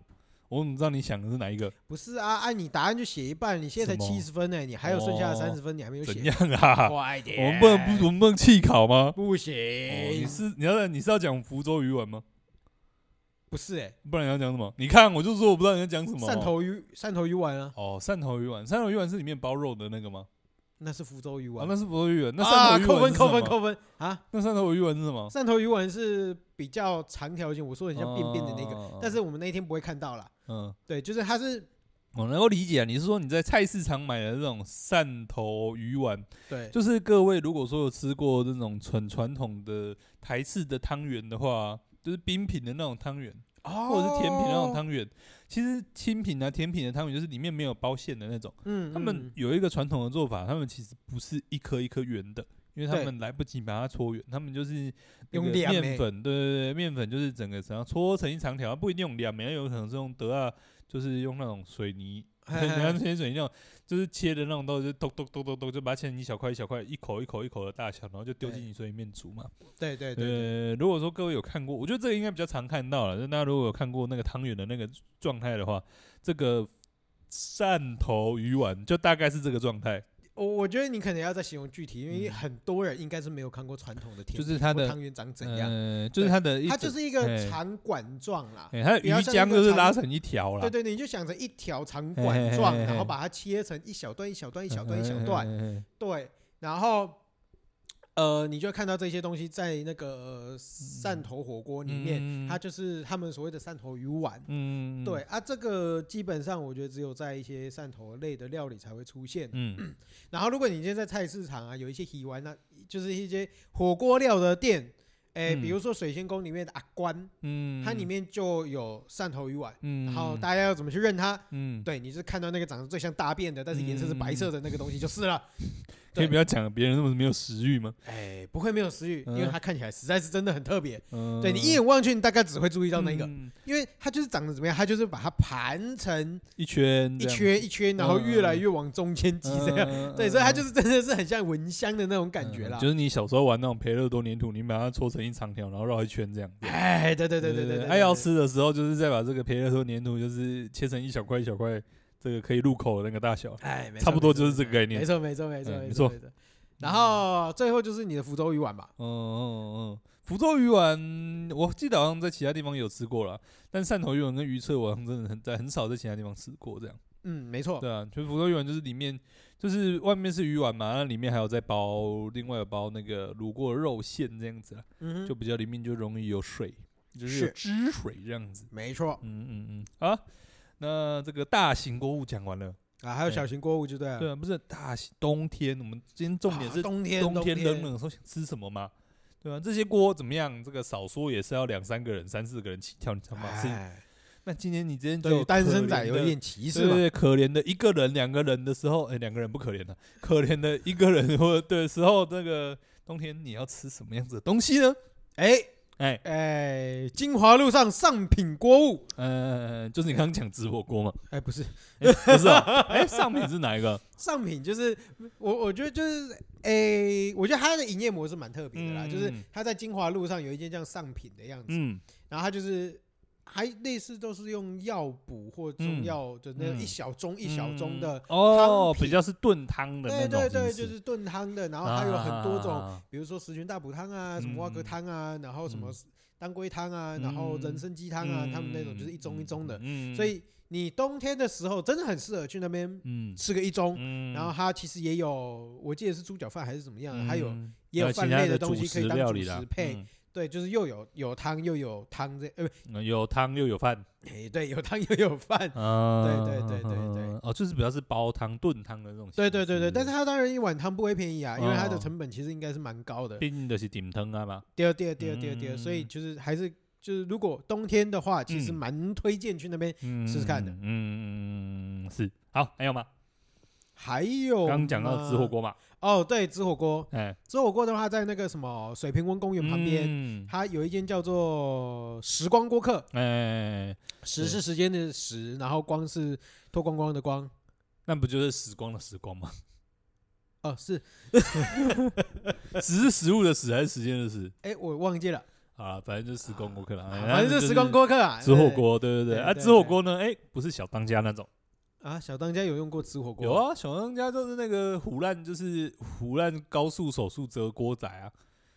S2: 我怎么知道你想的是哪一个？
S1: 不是啊，按、你答案就写一半，你现在才
S2: 什么
S1: 七十分呢、你还有剩下的
S2: 哦
S1: 三十分，你还没有写
S2: 怎，样 啊？
S1: 快
S2: 我
S1: 点，
S2: 们不能不，我们不能弃考吗？哦，
S1: 不行，
S2: 你是你要你是要讲福州鱼丸吗？
S1: 不是哎、
S2: 不然你要讲什么？你看，我就说我不知道你要讲什么。
S1: 汕头鱼汕头鱼丸啊，
S2: 哦，汕头鱼丸，汕头鱼丸是里面包肉的那个吗？
S1: 那是福州鱼
S2: 啊
S1: 丸，，
S2: 那是福州鱼丸。那
S1: 啊
S2: 汕头鱼
S1: 扣
S2: 丸
S1: 分
S2: 是
S1: 扣分
S2: 什么哦
S1: 扣分啊！
S2: 那汕头鱼丸是什么？
S1: 汕头鱼丸是比较长条形，我说很像便便的那个，
S2: 个
S1: 但是我们那一天不会看到啦。
S2: 哦嗯，
S1: 对，就是它是
S2: 我能够理解啊。你是说你在菜市场买的那种汕头鱼丸，
S1: 对，
S2: 就是各位如果说有吃过那种很传统的台式的汤圆的话，就是冰品的那种汤圆，或
S1: 或
S2: 者是甜品那种
S1: 它
S2: 汤圆，其实清品啊、甜品的汤圆就是里面没有包馅的那种。
S1: 嗯，
S2: 他们
S1: 嗯
S2: 有一个传统的做法，他们其实不是一颗一颗圆的，因为他
S1: 对
S2: 们来不及把它搓圆，他们就是那
S1: 用
S2: 个
S1: 量
S2: 面
S1: 欸
S2: 粉，对对对，面粉就是整个怎样搓成一长条，不一定用两面，有可能是用德啊，就是用那种水泥，
S1: 嘿嘿嘿
S2: 你看切水泥那种，就是切的那种豆，就咚咚咚咚咚，就把它切成一小块一小块，一口一口一口的大小，然后就丢
S1: 对
S2: 进你水里面煮嘛。
S1: 对对对对，
S2: 呃，如果说各位有看过，我觉得这个应该比较常看到了。就大家如果有看过那个汤圆的那个状态的话，这个汕头鱼丸就大概是这个状态，
S1: 我我觉得你可能要再形容具体，因为
S2: 嗯
S1: 很多人应该是没有看过传统的甜
S2: 就
S1: 点
S2: 是它
S1: 或
S2: 的
S1: 汤圆长怎样，
S2: 呃，就是它的一整，
S1: 它就是一
S2: 嘿
S1: 个长管状啦。
S2: 哎，它的
S1: 比
S2: 鱼
S1: 较像那
S2: 浆
S1: 个
S2: 就是
S1: 长
S2: 拉成一条啦，
S1: 对对，你就想着一条长
S2: 嘿
S1: 管
S2: 嘿
S1: 状，
S2: 嘿
S1: 然后
S2: 嘿
S1: 把它切成一小段一小段一
S2: 一
S1: 小段一小段，
S2: 段，
S1: 对，然后呃，你就会看到这些东西在那个呃汕头火锅里面，
S2: 嗯
S1: 它就是他们所谓的汕头鱼丸。
S2: 嗯，
S1: 对，啊，这个基本上我觉得只有在一些汕头类的料理才会出现。
S2: 嗯，
S1: 然后，如果你今天在菜市场啊，有一些鱼丸啊，就是一些火锅料的店，哎、
S2: 嗯
S1: 比如说水仙宫里面的阿关，
S2: 嗯，
S1: 它里，面就有汕头鱼丸。
S2: 嗯，
S1: 然后，大家要怎么去认它？
S2: 嗯，
S1: 对，你是看到那个长得最像大便的，但是颜色是白色的那个东西就是了。
S2: 可以
S1: 对
S2: 不要讲别人那么没有食欲吗？
S1: 哎，不会没有食欲，因为
S2: 嗯
S1: 它看起来实在是真的很特别。
S2: 嗯，
S1: 对你一眼望去，你大概只会注意到那个，
S2: 嗯
S1: 因为它就是长得怎么样，它就是把它盘成
S2: 一圈
S1: 一
S2: 这样
S1: 圈一圈，然后越来
S2: 嗯
S1: 越往中间挤这样。
S2: 样
S1: 对，所以它就是真的是很像蚊香的那种感觉啦
S2: 嗯。就是你小时候玩那种培乐多粘土，你把它搓成一长条，然后绕一圈这样。
S1: 哎，对对对对对对，
S2: 爱要
S1: 对
S2: 吃的时候，就是再把这个培乐多粘土，就是切成一小块一小块，这个可以入口的那个大小，
S1: 哎，没错
S2: 差不多
S1: 没错
S2: 就是这个概念
S1: 没。错没错没错
S2: 嗯
S1: 没
S2: 没
S1: 错
S2: 错
S1: 没错。然后最后就是你的福州鱼丸吧，
S2: 嗯嗯嗯，福州鱼丸，我记得好像在其他地方有吃过啦，但汕头鱼丸跟鱼翅，我好像真的很在很少在其他地方吃过这样。
S1: 嗯，没错，
S2: 对啊，就是福州鱼丸，就是里面就是外面是鱼丸嘛，那里面还有再包另外有包那个卤过肉馅这样子啦，
S1: 嗯哼，
S2: 就比较里面就容易有水，就是有
S1: 是
S2: 汁水这样子。
S1: 没错
S2: 嗯嗯嗯，好，那这个大型锅物讲完了，
S1: 啊，还有
S2: 对
S1: 小型锅物就对了。
S2: 哎对啊，不是大型冬天，我们今天重点
S1: 啊
S2: 是
S1: 冬天，
S2: 冬天冷冷的时候想吃什么嘛，对啊，这些锅怎么样？这个少说也是要两三个人、三四个人起跳，你知道吗？是。
S1: 哎，
S2: 那今天你今天只
S1: 对
S2: 有
S1: 于单
S2: 可
S1: 身
S2: 怜
S1: 仔有一
S2: 的
S1: 点歧视
S2: 对
S1: 嘛
S2: 对，对可怜的一个人、两个人的时候，哎、两个人不可怜了、可怜的一个人或者的时候，那个冬天你要吃什么样子的东西呢？
S1: 哎
S2: 哎，
S1: 哎，金华路上上品锅物，
S2: 呃，就是你刚刚讲直火锅嘛，
S1: 哎，不是
S2: 哎不是啊？哎、上品是哪 一个？
S1: 上品，就是我我觉得就是哎，我觉得它的营业模式蛮特别的啦，
S2: 嗯
S1: 就是它在金华路上有一间叫上品的样子，
S2: 嗯，
S1: 然后它就是。还类似都是用药补或中药，就那
S2: 嗯
S1: 一小盅一小盅的，
S2: 嗯哦
S1: 汤，品
S2: 比较是炖汤的
S1: 对
S2: 那种
S1: 对
S2: 形
S1: 对，
S2: 式，
S1: 就是炖汤的，然后还有很多种
S2: 啊
S1: 比如说十全大补汤啊，什么蛙
S2: 嗯
S1: 哥
S2: 嗯
S1: 汤啊，然后什么
S2: 嗯
S1: 当归汤啊，然后人
S2: 嗯
S1: 参鸡汤啊，他们那种就是一盅一盅的。
S2: 嗯
S1: 所以你冬天的时候真的很适合去那边
S2: 嗯，
S1: 吃个一盅。
S2: 嗯
S1: 然后它其实也有，我记得是猪脚饭还是怎么样的，还有
S2: 嗯
S1: 也有
S2: 呃
S1: 饭
S2: 其他
S1: 类的
S2: 的
S1: 东
S2: 主
S1: 西可以
S2: 食
S1: 当
S2: 料
S1: 主
S2: 理啦
S1: 食配。对，就是又有有汤又有汤这，呃，
S2: 嗯有汤又有饭，
S1: 诶对，有汤又有 饭。
S2: 啊
S1: 对对对对，
S2: 哦，就是比较是煲汤炖汤的那种形式，
S1: 对对对对，但是它当然一碗汤不会便宜啊，因为它的
S2: 嗯哦
S1: 成本其实应该是蛮高的。
S2: 毕竟就是顶汤啊嘛，
S1: 对对对对对，所以
S2: 嗯
S1: 就是还是就是如果冬天的话，其实
S2: 嗯
S1: 蛮推荐去那边。
S2: 嗯
S1: 试试看的
S2: 嗯嗯嗯嗯，是好，还有吗？
S1: 还有
S2: 刚刚讲到吃火锅嘛，
S1: 吗哦，对，紫火锅，
S2: 哎，
S1: 紫火锅的话，在那个什么水平温公园旁边，
S2: 边，
S1: 它有一间叫做时光锅客，
S2: 哎，
S1: 时是时间的时，然后光是脱光光的光，
S2: 那不就是时光的时光吗？
S1: 哦，是，
S2: 时是食物的时还是时间的时？
S1: 哎，我忘记了，
S2: 啊，反正就是时光锅客啦，哎
S1: 反正
S2: 那
S1: 就是时光锅客啊，
S2: 吃火
S1: 对
S2: 锅，对对对，
S1: 对
S2: 啊，
S1: 对
S2: 吃火
S1: 对
S2: 锅呢，哎，不是小当家那种，
S1: 啊，小当家有用过紫火锅，
S2: 有，啊，小当家就是那个胡乱，就是胡乱高速手术折锅仔啊，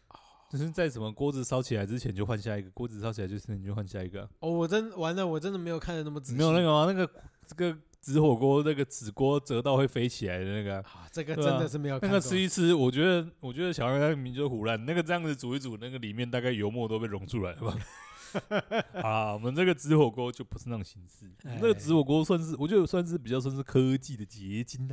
S1: 哦
S2: 就是在什么锅子烧起来之前就换下一个，锅子烧起来之前就换下一个啊、
S1: 哦，我真完了，我真的没有看的那么仔细，
S2: 没有那个吗？那个这个纸火锅，那个纸锅折到会飞起来的那个啊、
S1: 啊，这个真
S2: 对啊
S1: 的是没有
S2: 那
S1: 看
S2: 个
S1: 过，
S2: 吃一吃，我觉得我觉得小当家明明就是胡乱，那个这样子煮一煮，那个里面大概油墨都被溶出 来了吧。啊，我们这个纸火锅就不是那种形式，我们这个
S1: 哎
S2: 纸火锅算是，我觉得算是比较算是科技的结晶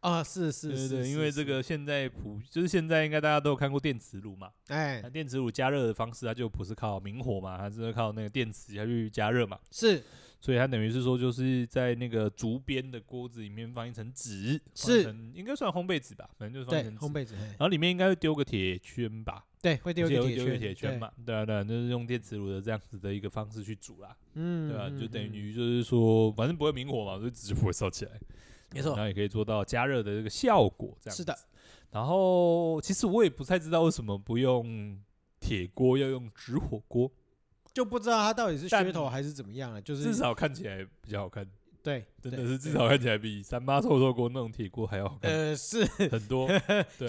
S2: 啊
S1: 啊，是是
S2: 对
S1: 是，
S2: 对，
S1: 是
S2: 因为这，个现在普就是现在应该大家都有看过电磁炉嘛，
S1: 是哎
S2: 那，电磁炉加热的方式它就不是靠明火嘛，它是靠那个电磁下去加热嘛，
S1: 是
S2: 所以它等于是说就是在那个竹编的锅子里面放一层纸，放
S1: 是
S2: 成应该算烘焙纸吧，反正就是
S1: 对
S2: 放一，层
S1: 烘
S2: 纸，
S1: 焙纸，嘿
S2: 然后里面应该会丢个铁圈吧，
S1: 对，会丢
S2: 我
S1: 一
S2: 记得
S1: 个
S2: 会丢一个
S1: 铁
S2: 铁圈
S1: 圈，
S2: 嘛，对啊对啊，就是用电磁炉的这样子的一个方式去煮啦，
S1: 对嗯，
S2: 对啊，
S1: 嗯
S2: 就等，
S1: 嗯
S2: 于就是说反正不会明火嘛，所以纸就不会烧起来，
S1: 没错
S2: 然，后也可以做到加热的这个效果，这样
S1: 是的，
S2: 然后其实我也不太知道为什么不用铁锅，要用纸火锅，
S1: 就不知道它到底是
S2: 但
S1: 噱头还是怎么样了，啊就是
S2: 至少看起来比较好看，
S1: 对，
S2: 真
S1: 对
S2: 的是至少看起来比三八臭臭锅那种铁锅还要好看
S1: 呃是
S2: 很 多，对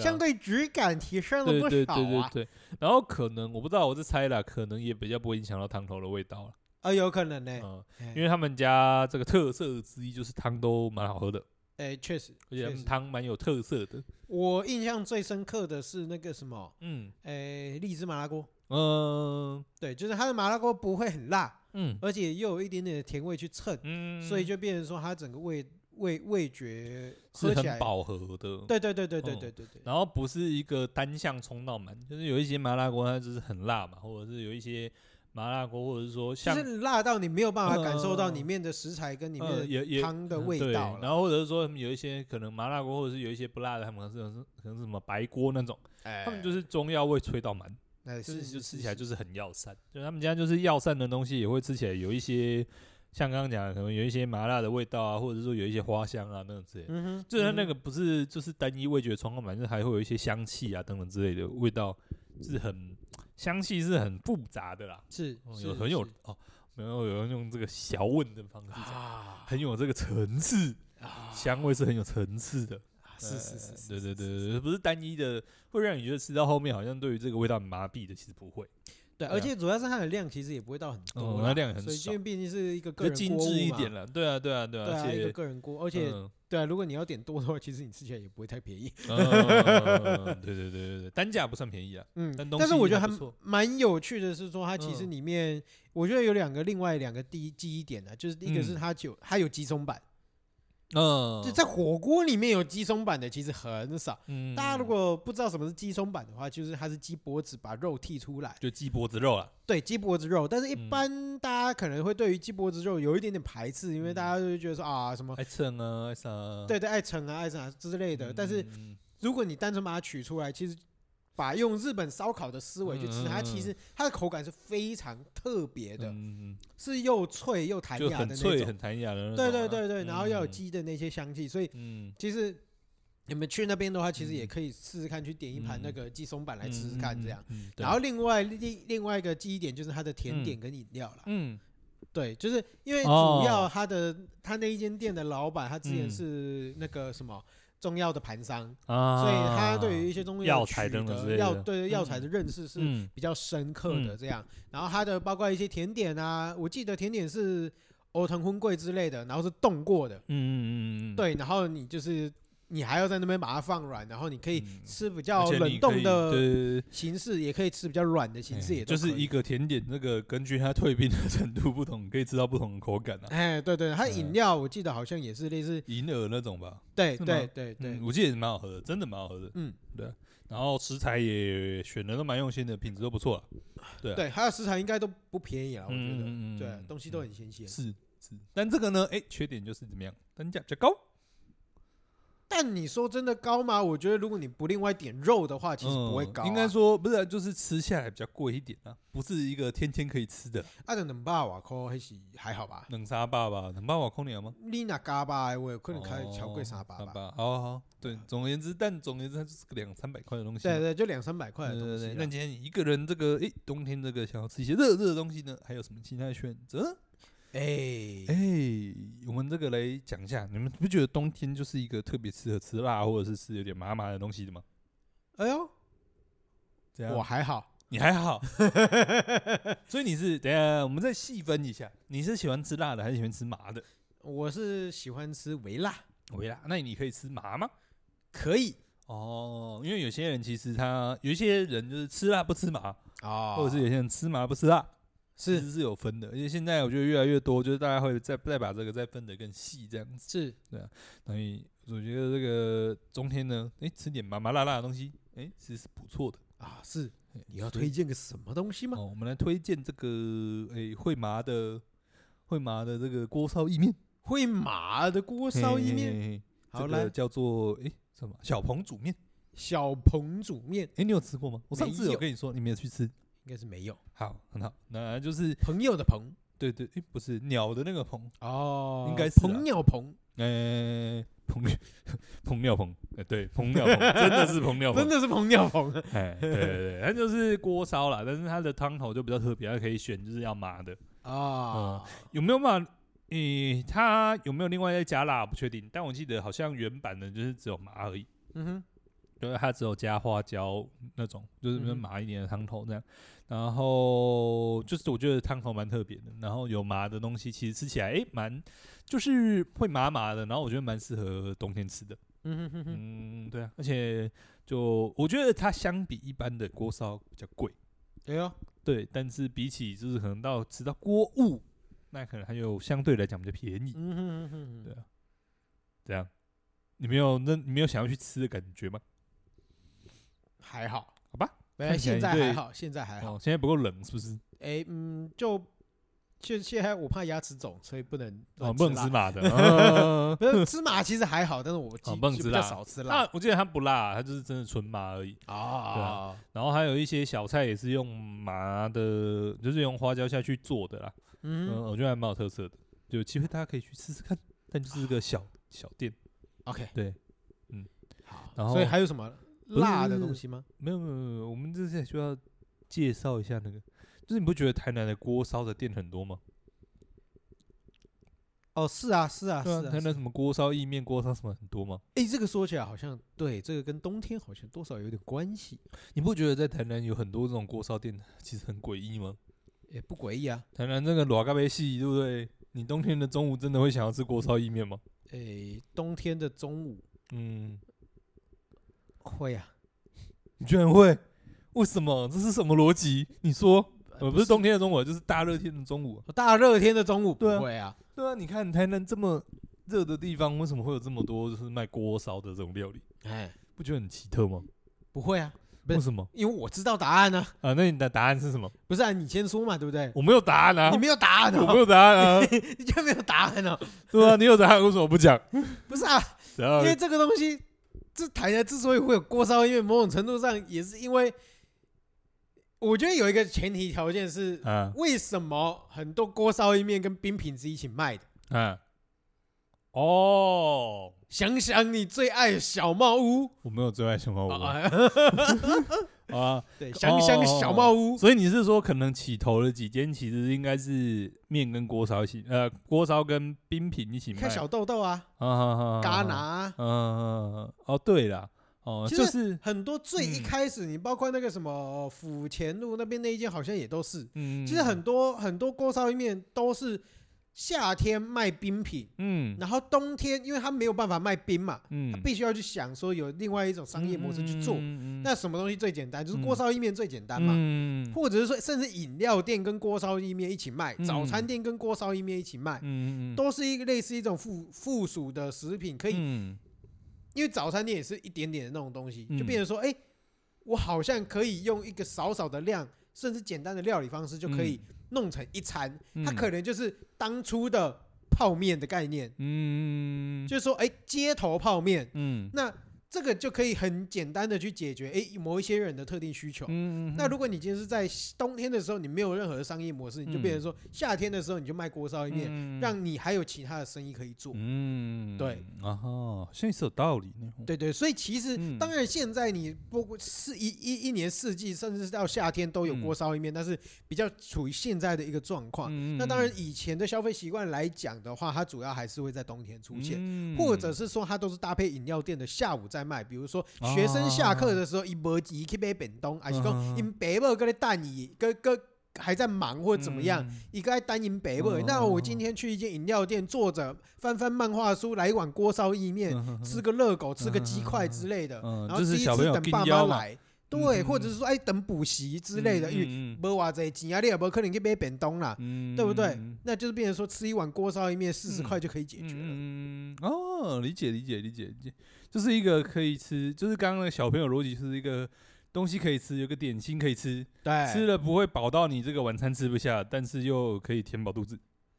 S2: 啊
S1: 相对质感提升了
S2: 对
S1: 不
S2: 对对
S1: 少
S2: 对
S1: 啊，
S2: 对，然后可能我不知道，我是猜啦，可能也比较不会影响到汤头的味道了，
S1: 啊，有可能呢，
S2: 嗯，
S1: 嘿
S2: 因为他们家这个特色之一就是汤都蛮好喝的，
S1: 哎，确实，
S2: 而且
S1: 确
S2: 他们
S1: 实，
S2: 汤蛮有特色的，
S1: 我印象最深刻的是那个什么，
S2: 嗯
S1: 哎，荔枝麻辣锅，
S2: 嗯
S1: 对，就是它的麻辣锅不会很辣，
S2: 嗯
S1: 而且又有一点点的甜味去衬，
S2: 嗯，
S1: 所以就变成说它整个味味味觉
S2: 是
S1: 喝起
S2: 很
S1: 来，
S2: 饱和的，
S1: 对对对对对
S2: 嗯
S1: 对对对，
S2: 然后不是一个单向冲到满，就是有一些麻辣锅它就是很辣嘛，或者是有一些麻辣锅，或者是说
S1: 就
S2: 像
S1: 是辣到你没有办法感受到
S2: 嗯
S1: 里面的食材跟里
S2: 呃
S1: 面
S2: 也
S1: 的
S2: 也
S1: 汤的
S2: 嗯
S1: 味
S2: 对
S1: 道
S2: 然
S1: 了，
S2: 后或者是说他们有一些可能麻辣锅，或者是有一些不辣的，他们可能是可能是什么白锅那种，
S1: 哎
S2: 他们就是中药味吹到满，
S1: 哎
S2: 就是是就是吃起来就是很药膳，就他们家就是药膳的东西也会吃起来有一些像刚刚讲的可能有一些麻辣的味道啊，或者是说有一些花香啊那种之类的。
S1: 嗯哼，
S2: 就是它
S1: 嗯
S2: 那
S1: 哼
S2: 个不是就是单一味觉冲到满，就是还会有一些香气啊等等之类的味道，是很香气是很复杂的啦，
S1: 是
S2: 哦
S1: 是
S2: 有很有
S1: 是
S2: 哦，没有有人用这个小问的方式讲，
S1: 啊
S2: 很有这个层次，
S1: 啊，
S2: 香味是很有层次的，
S1: 是是
S2: 呃
S1: 是是，
S2: 对
S1: 是
S2: 对对对，对不是单一的，会让你觉得吃到后面好像对于这个味道很麻痹的，其实不会，
S1: 对，
S2: 啊
S1: 而且主要是它的量其实也不会到很
S2: 嗯
S1: 多啦，
S2: 它量很
S1: 所以
S2: 少
S1: 因为毕竟是一个
S2: 比
S1: 个
S2: 较
S1: 人
S2: 精
S1: 锅物
S2: 致一
S1: 嘛
S2: 点，了，对啊对啊对
S1: 对
S2: 而
S1: 啊，一个
S2: 且
S1: 个人锅，而且
S2: 嗯
S1: 对啊，如果你要点多的话，其实你吃起来也不会太便宜，
S2: 嗯对对对对对，单价不算便宜啊，
S1: 嗯
S2: 但，东
S1: 但是
S2: 西
S1: 我觉得
S2: 还
S1: 还
S2: 不错
S1: 蛮有趣的是说，它其实
S2: 嗯
S1: 里面我觉得有两个另外两个第一记忆点呢，就是一个是
S2: 嗯
S1: 它有它有鸡松板，
S2: 嗯
S1: 就在火锅里面有鸡松板的其实很少。
S2: 嗯
S1: 大家如果不知道什么是鸡松板的话，就是它是鸡脖子把肉剔出来，
S2: 就鸡脖子肉了，
S1: 对，鸡脖子肉。但是一
S2: 嗯
S1: 般大家可能会对于鸡脖子肉有一点点排斥，因为
S2: 嗯
S1: 大家就会觉得说啊什么
S2: 爱蹭啊，爱啥、啊？
S1: 对对爱逞啊爱什啊之类的。但是
S2: 嗯
S1: 如果你单纯把它取出来，其实把用日本烧烤的思维去吃它，
S2: 嗯嗯嗯
S1: 其实它的口感是非常特别的，
S2: 嗯嗯
S1: 是又脆又弹
S2: 就
S1: 牙的
S2: 很
S1: 那
S2: 脆、
S1: 种。
S2: 很弹牙的那种啊。
S1: 对对对对，然后要有
S2: 嗯，
S1: 鸡的那些香气，所以
S2: 嗯，
S1: 其实你们去那边的话，其实也
S2: 嗯
S1: 可以试试看，去点一盘那
S2: 嗯
S1: 个鸡松板来吃吃看，这样。
S2: 嗯。嗯嗯对
S1: 然后另外另另外一个记忆点就是它的甜点跟饮料啦，
S2: 嗯
S1: 对，就是因为主
S2: 哦
S1: 要它的、它那一间店的老板，他之前
S2: 嗯
S1: 是那个什么中药的盘商，
S2: 啊，
S1: 所以他对于一些中药
S2: 药材
S1: 取
S2: 等等之
S1: 得
S2: 类
S1: 药
S2: 的
S1: 对
S2: 嗯
S1: 药材的认识是
S2: 嗯
S1: 比较深刻的
S2: 嗯
S1: 这样。然后它的包括一些甜点啊，我记得甜点是欧藤婚桂之类的，然后是冻过的，
S2: 嗯嗯嗯嗯，
S1: 对，然后你就是你还要在那边把它放软，然后你可以
S2: 嗯
S1: 吃比
S2: 而
S1: 较
S2: 且你
S1: 冷
S2: 可
S1: 冻
S2: 以
S1: 的
S2: 对对对
S1: 形式，也可以吃比较软的形式，
S2: 对，
S1: 也都
S2: 就是
S1: 可
S2: 一
S1: 以
S2: 个甜点，那个根据它退冰的程度不同，可以吃到不同的口感啊。
S1: 哎，对对，它
S2: 嗯
S1: 饮料我记得好像也是类似，
S2: 银耳那种吧，
S1: 对
S2: 是
S1: 对
S2: 吗
S1: 对
S2: 嗯
S1: 对，
S2: 我记得也蛮好喝的，真的蛮好喝的。啊
S1: 嗯，
S2: 然后食材也选的都蛮用心的，品质都不错了。对啊
S1: 对，它的食材应该都不便宜啊，我觉得，
S2: 嗯嗯嗯嗯
S1: 对
S2: 嗯，
S1: 东西都很新鲜。
S2: 是是，但这个呢，哎、缺点就是怎么样，单价比较高，
S1: 但你说真的高吗？我觉得如果你不另外点肉的话，其实不会高啊。
S2: 嗯应该说不是啊，就是吃下来比较贵一点啊，不是一个天天可以吃的。
S1: 啊，等等爸瓦扣还是还好吧。
S2: 冷沙爸爸能帮我空点吗？
S1: 你那嘎巴，我有可能开
S2: 哦
S1: 超贵三百
S2: 三
S1: 吧。
S2: 八，好好好，对，总而言之，但总而言之，它就是个两三百块的东西嘛。
S1: 对对，就两三百块的
S2: 对
S1: 东
S2: 对
S1: 西
S2: 对，那
S1: 啦。
S2: 今天你一个人这个，哎、冬天这个想要吃一些热热的东西呢，还有什么其他的选择呢？哎、
S1: 哎，
S2: 我们这个来讲一下，你们不觉得冬天就是一个特别适合吃辣或者是吃有点麻麻的东西的吗？
S1: 哎呦，
S2: 这样
S1: 我还好。
S2: 你还好， 所以你是等一下我们再细分一下，你是喜欢吃辣的还是喜欢吃麻的？
S1: 我是喜欢吃微辣，
S2: 微辣，那你可以吃麻吗？
S1: 可以
S2: 哦，因为有些人其实他有一些人就是吃辣不吃麻，
S1: 啊
S2: 或者是有些人吃麻不吃辣，其
S1: 是
S2: 实是有分的。而且现在我觉得越来越多，就是大家会再再把这个再分得更细这样子。
S1: 是
S2: 所以我觉得这个冬天呢，哎，吃点麻麻辣辣的东西，哎，其实是不错的。
S1: 啊是，
S2: 诶
S1: 你要
S2: 所以哦
S1: 推荐个什么东西吗？
S2: 哦，我们来推荐这个诶会麻的会麻的这个锅烧意面，
S1: 会麻的锅烧意
S2: 嘿
S1: 面，
S2: 嘿嘿
S1: 好
S2: 这
S1: 来
S2: 个叫做诶什么小鹏煮面，
S1: 小鹏煮面
S2: 诶，你有吃过吗？我上
S1: 没
S2: 次有
S1: 有
S2: 跟你说，你没有去吃。
S1: 应该是没有，
S2: 好，很好，那就是
S1: 朋友的朋
S2: 对对，诶，不是鸟的那个鹏，
S1: 哦，
S2: 应该是啊
S1: 鹏鸟鹏，
S2: 诶，鹏 鹏鸟鹏，诶，对，鹏鸟鹏，真的是鹏鸟鹏
S1: 真，的是鹏鸟鹏啊，
S2: 哎，对对对，它就是锅烧啦，但是它的汤头就比较特别，它可以选就是要麻的，
S1: 啊
S2: 有没有办法？诶、它有没有另外再加辣？不确定，但我记得好像原版的就是只有麻而已，
S1: 嗯哼，
S2: 就是它只有加花椒那种，就是比较
S1: 嗯哼
S2: 麻一点的汤头这样。然后就是我觉得汤头蛮特别的，然后有麻的东西，其实吃起来诶蛮、就是会麻麻的，然后我觉得蛮适合冬天吃的。
S1: 嗯哼哼哼，
S2: 嗯，对啊，而且就我觉得它相比一般的锅烧比较贵。
S1: 哎呦，
S2: 对，但是比起就是可能到吃到锅物，那可能还有相对来讲比较便宜。
S1: 嗯哼哼哼
S2: 对
S1: 哼，
S2: 啊这样，你没有那你没有想要去吃的感觉吗？
S1: 还好，
S2: 好吧，
S1: 哎，
S2: 看起来
S1: 现在
S2: 对
S1: 还好，现在还好，
S2: 哦，现在不够冷是不是？
S1: 哎，嗯，就现现在我怕牙齿肿，所以不能
S2: 哦，
S1: 乱
S2: 不能
S1: 辣
S2: 吃 麻的。啊
S1: 不是芝麻其实还好，但是我基
S2: 哦不能
S1: 就
S2: 吃
S1: 比较
S2: 辣
S1: 少吃辣
S2: 那我记得它不辣，它就是真的纯麻而已。对
S1: 啊。
S2: 然后还有一些小菜也是用麻的，就是用花椒下去做的啦。嗯，
S1: 嗯
S2: 我觉得还蛮有特色的，有机会大家可以去试试看。但就是个小
S1: 啊
S2: 小店，
S1: ，OK，
S2: 对，嗯
S1: 好。
S2: 然后
S1: 所以还有什么
S2: 是
S1: 辣
S2: 不
S1: 的
S2: 是
S1: 东西吗？
S2: 没有没有没有没有，我们这次需要介绍一下那个，就是你不觉得台南的锅烧的店很多吗？
S1: 哦，是啊，是啊，是
S2: 对啊，
S1: 啊。
S2: 台
S1: 是
S2: 南
S1: 啊
S2: 什么锅烧意面、锅烧什么很多吗？
S1: 哎，这个说起来好像对，这个跟冬天好像多少有点关系，
S2: 你不觉得在台南有很多这种锅烧店其实很诡异吗？
S1: 也不诡异啊。
S2: 台南这个裸咖啡系，对不对？你冬天的中午真的会想要吃锅烧意面吗？
S1: 哎，冬天的中午
S2: 嗯，
S1: 会啊，
S2: 你居然会？为什么？这是什么逻辑？你说，
S1: 呃
S2: 呃，不是冬天的中午，就是大热天的中午啊。
S1: 大热天的中午不
S2: 对啊
S1: 会啊。
S2: 对啊，你看台南这么热的地方，为什么会有这么多就是卖锅烧的这种料理？
S1: 哎，
S2: 不觉得很奇特吗？
S1: 不会啊，不是
S2: 为什么？
S1: 因为我知道答案啊。
S2: 啊，那你的答案是什么？
S1: 不是啊，你先说嘛，对不对？
S2: 我没有答案啊，
S1: 你没有答案
S2: 我没
S1: 哦，
S2: 有答案啊，
S1: 你居然没有答案哦。
S2: 对啊，你有答案为什么不讲？
S1: 不是啊，
S2: 然后
S1: 因为这个东西，这台呢之所以会有锅烧，因为某种程度上也是因为，我觉得有一个前提条件是，
S2: 啊
S1: 为什么很多锅烧意面跟冰品是一起卖的？
S2: 啊，哦，
S1: 想想你最爱小帽屋，
S2: 我没有最爱熊猫屋
S1: 啊
S2: 啊，
S1: 对，想想小帽屋，
S2: 所以你是说可能起头的几间其实应该是面跟锅烧一起，呃，锅烧跟冰品一起卖
S1: 看，小豆豆啊，
S2: 啊啊啊啊
S1: 戛
S2: 啊
S1: 拿
S2: 啊
S1: 啊，
S2: 嗯，哦，对啦，哦，
S1: 其
S2: 就
S1: 实
S2: 是，
S1: 很多最一
S2: 嗯
S1: 开始，你包括那个什么呃府前路那边那一间，好像也都是。
S2: 嗯，
S1: 其实很，多很多锅烧意面都是夏天卖冰品，
S2: 嗯
S1: 然后冬天，因为他没有办法卖冰嘛，他
S2: 嗯，
S1: 必须要去想说有另外一种商业模式去做。
S2: 嗯，
S1: 那什么东西最简单？就是
S2: 嗯
S1: 锅烧意面最简单嘛，
S2: 嗯
S1: 或者是说甚至饮料店跟锅烧意面一起卖，
S2: 嗯
S1: 早餐店跟锅烧意面一起卖，
S2: 嗯，
S1: 都是一个类似一种附附属的食品，可
S2: 可
S1: 以，
S2: 嗯
S1: 因为早餐店也是一点点的那种东西，
S2: 嗯
S1: 就变成说，哎、我好像可以用一个少少的量，甚至简单的料理方式就可以弄成一餐，
S2: 嗯
S1: 它可能就是当初的泡面的概念，
S2: 嗯，
S1: 就是说，哎、街头泡面。
S2: 嗯
S1: 那这个就可以很简单的去解决诶某一些人的特定需求。
S2: 嗯，
S1: 那如果你今天是在冬天的时候，你没有任何的商业模式，你就变成说
S2: 嗯
S1: 夏天的时候你就卖锅烧意面，
S2: 面
S1: 让你还有其他的生意可以做。
S2: 嗯
S1: 对
S2: 啊哈，现在是有道理呢。
S1: 对对，所以其实
S2: 嗯
S1: 当然现在你不过是一一一年四季，甚至是到夏天都有
S2: 嗯
S1: 锅烧意面，但是比较处于现在的一个状况。
S2: 嗯，
S1: 那当然以前的消费习惯来讲的话，它主要还是会在冬天出现。
S2: 现
S1: 或者是说它都是搭配饮料店的下午在
S2: 啊
S1: 卖，比如说学生下课的时候，一波一去买便当，还是
S2: 嗯
S1: 讲因爸母跟咧等伊，跟跟还在忙或者怎么样，？一个爱单因北母
S2: 嗯。
S1: 那我今天去一间饮料店坐着，翻翻漫画书，来一碗锅烧意面，吃个热狗，吃个鸡块之类的，
S2: 嗯嗯嗯嗯嗯
S1: 然后
S2: 就是
S1: 吃一吃
S2: 小朋友
S1: 等
S2: 跟
S1: 爸妈
S2: 腰嘛
S1: 来，对，
S2: 嗯
S1: 或者是说哎等补习之类的，因为
S2: 嗯，
S1: 没偌济钱啊，你也无可能去买便当啦，
S2: 嗯
S1: 对不对？那就是变成说吃一碗锅烧意面四十
S2: 嗯
S1: 块就可以解决了。
S2: 嗯，哦，理解理解理解理解，就是一个可以吃，就是刚刚那个小朋友逻辑是一个。东西可以吃，有个点心可以吃，
S1: 对，
S2: 吃了不会饱到你这个晚餐吃不下，但是又可以填饱肚子。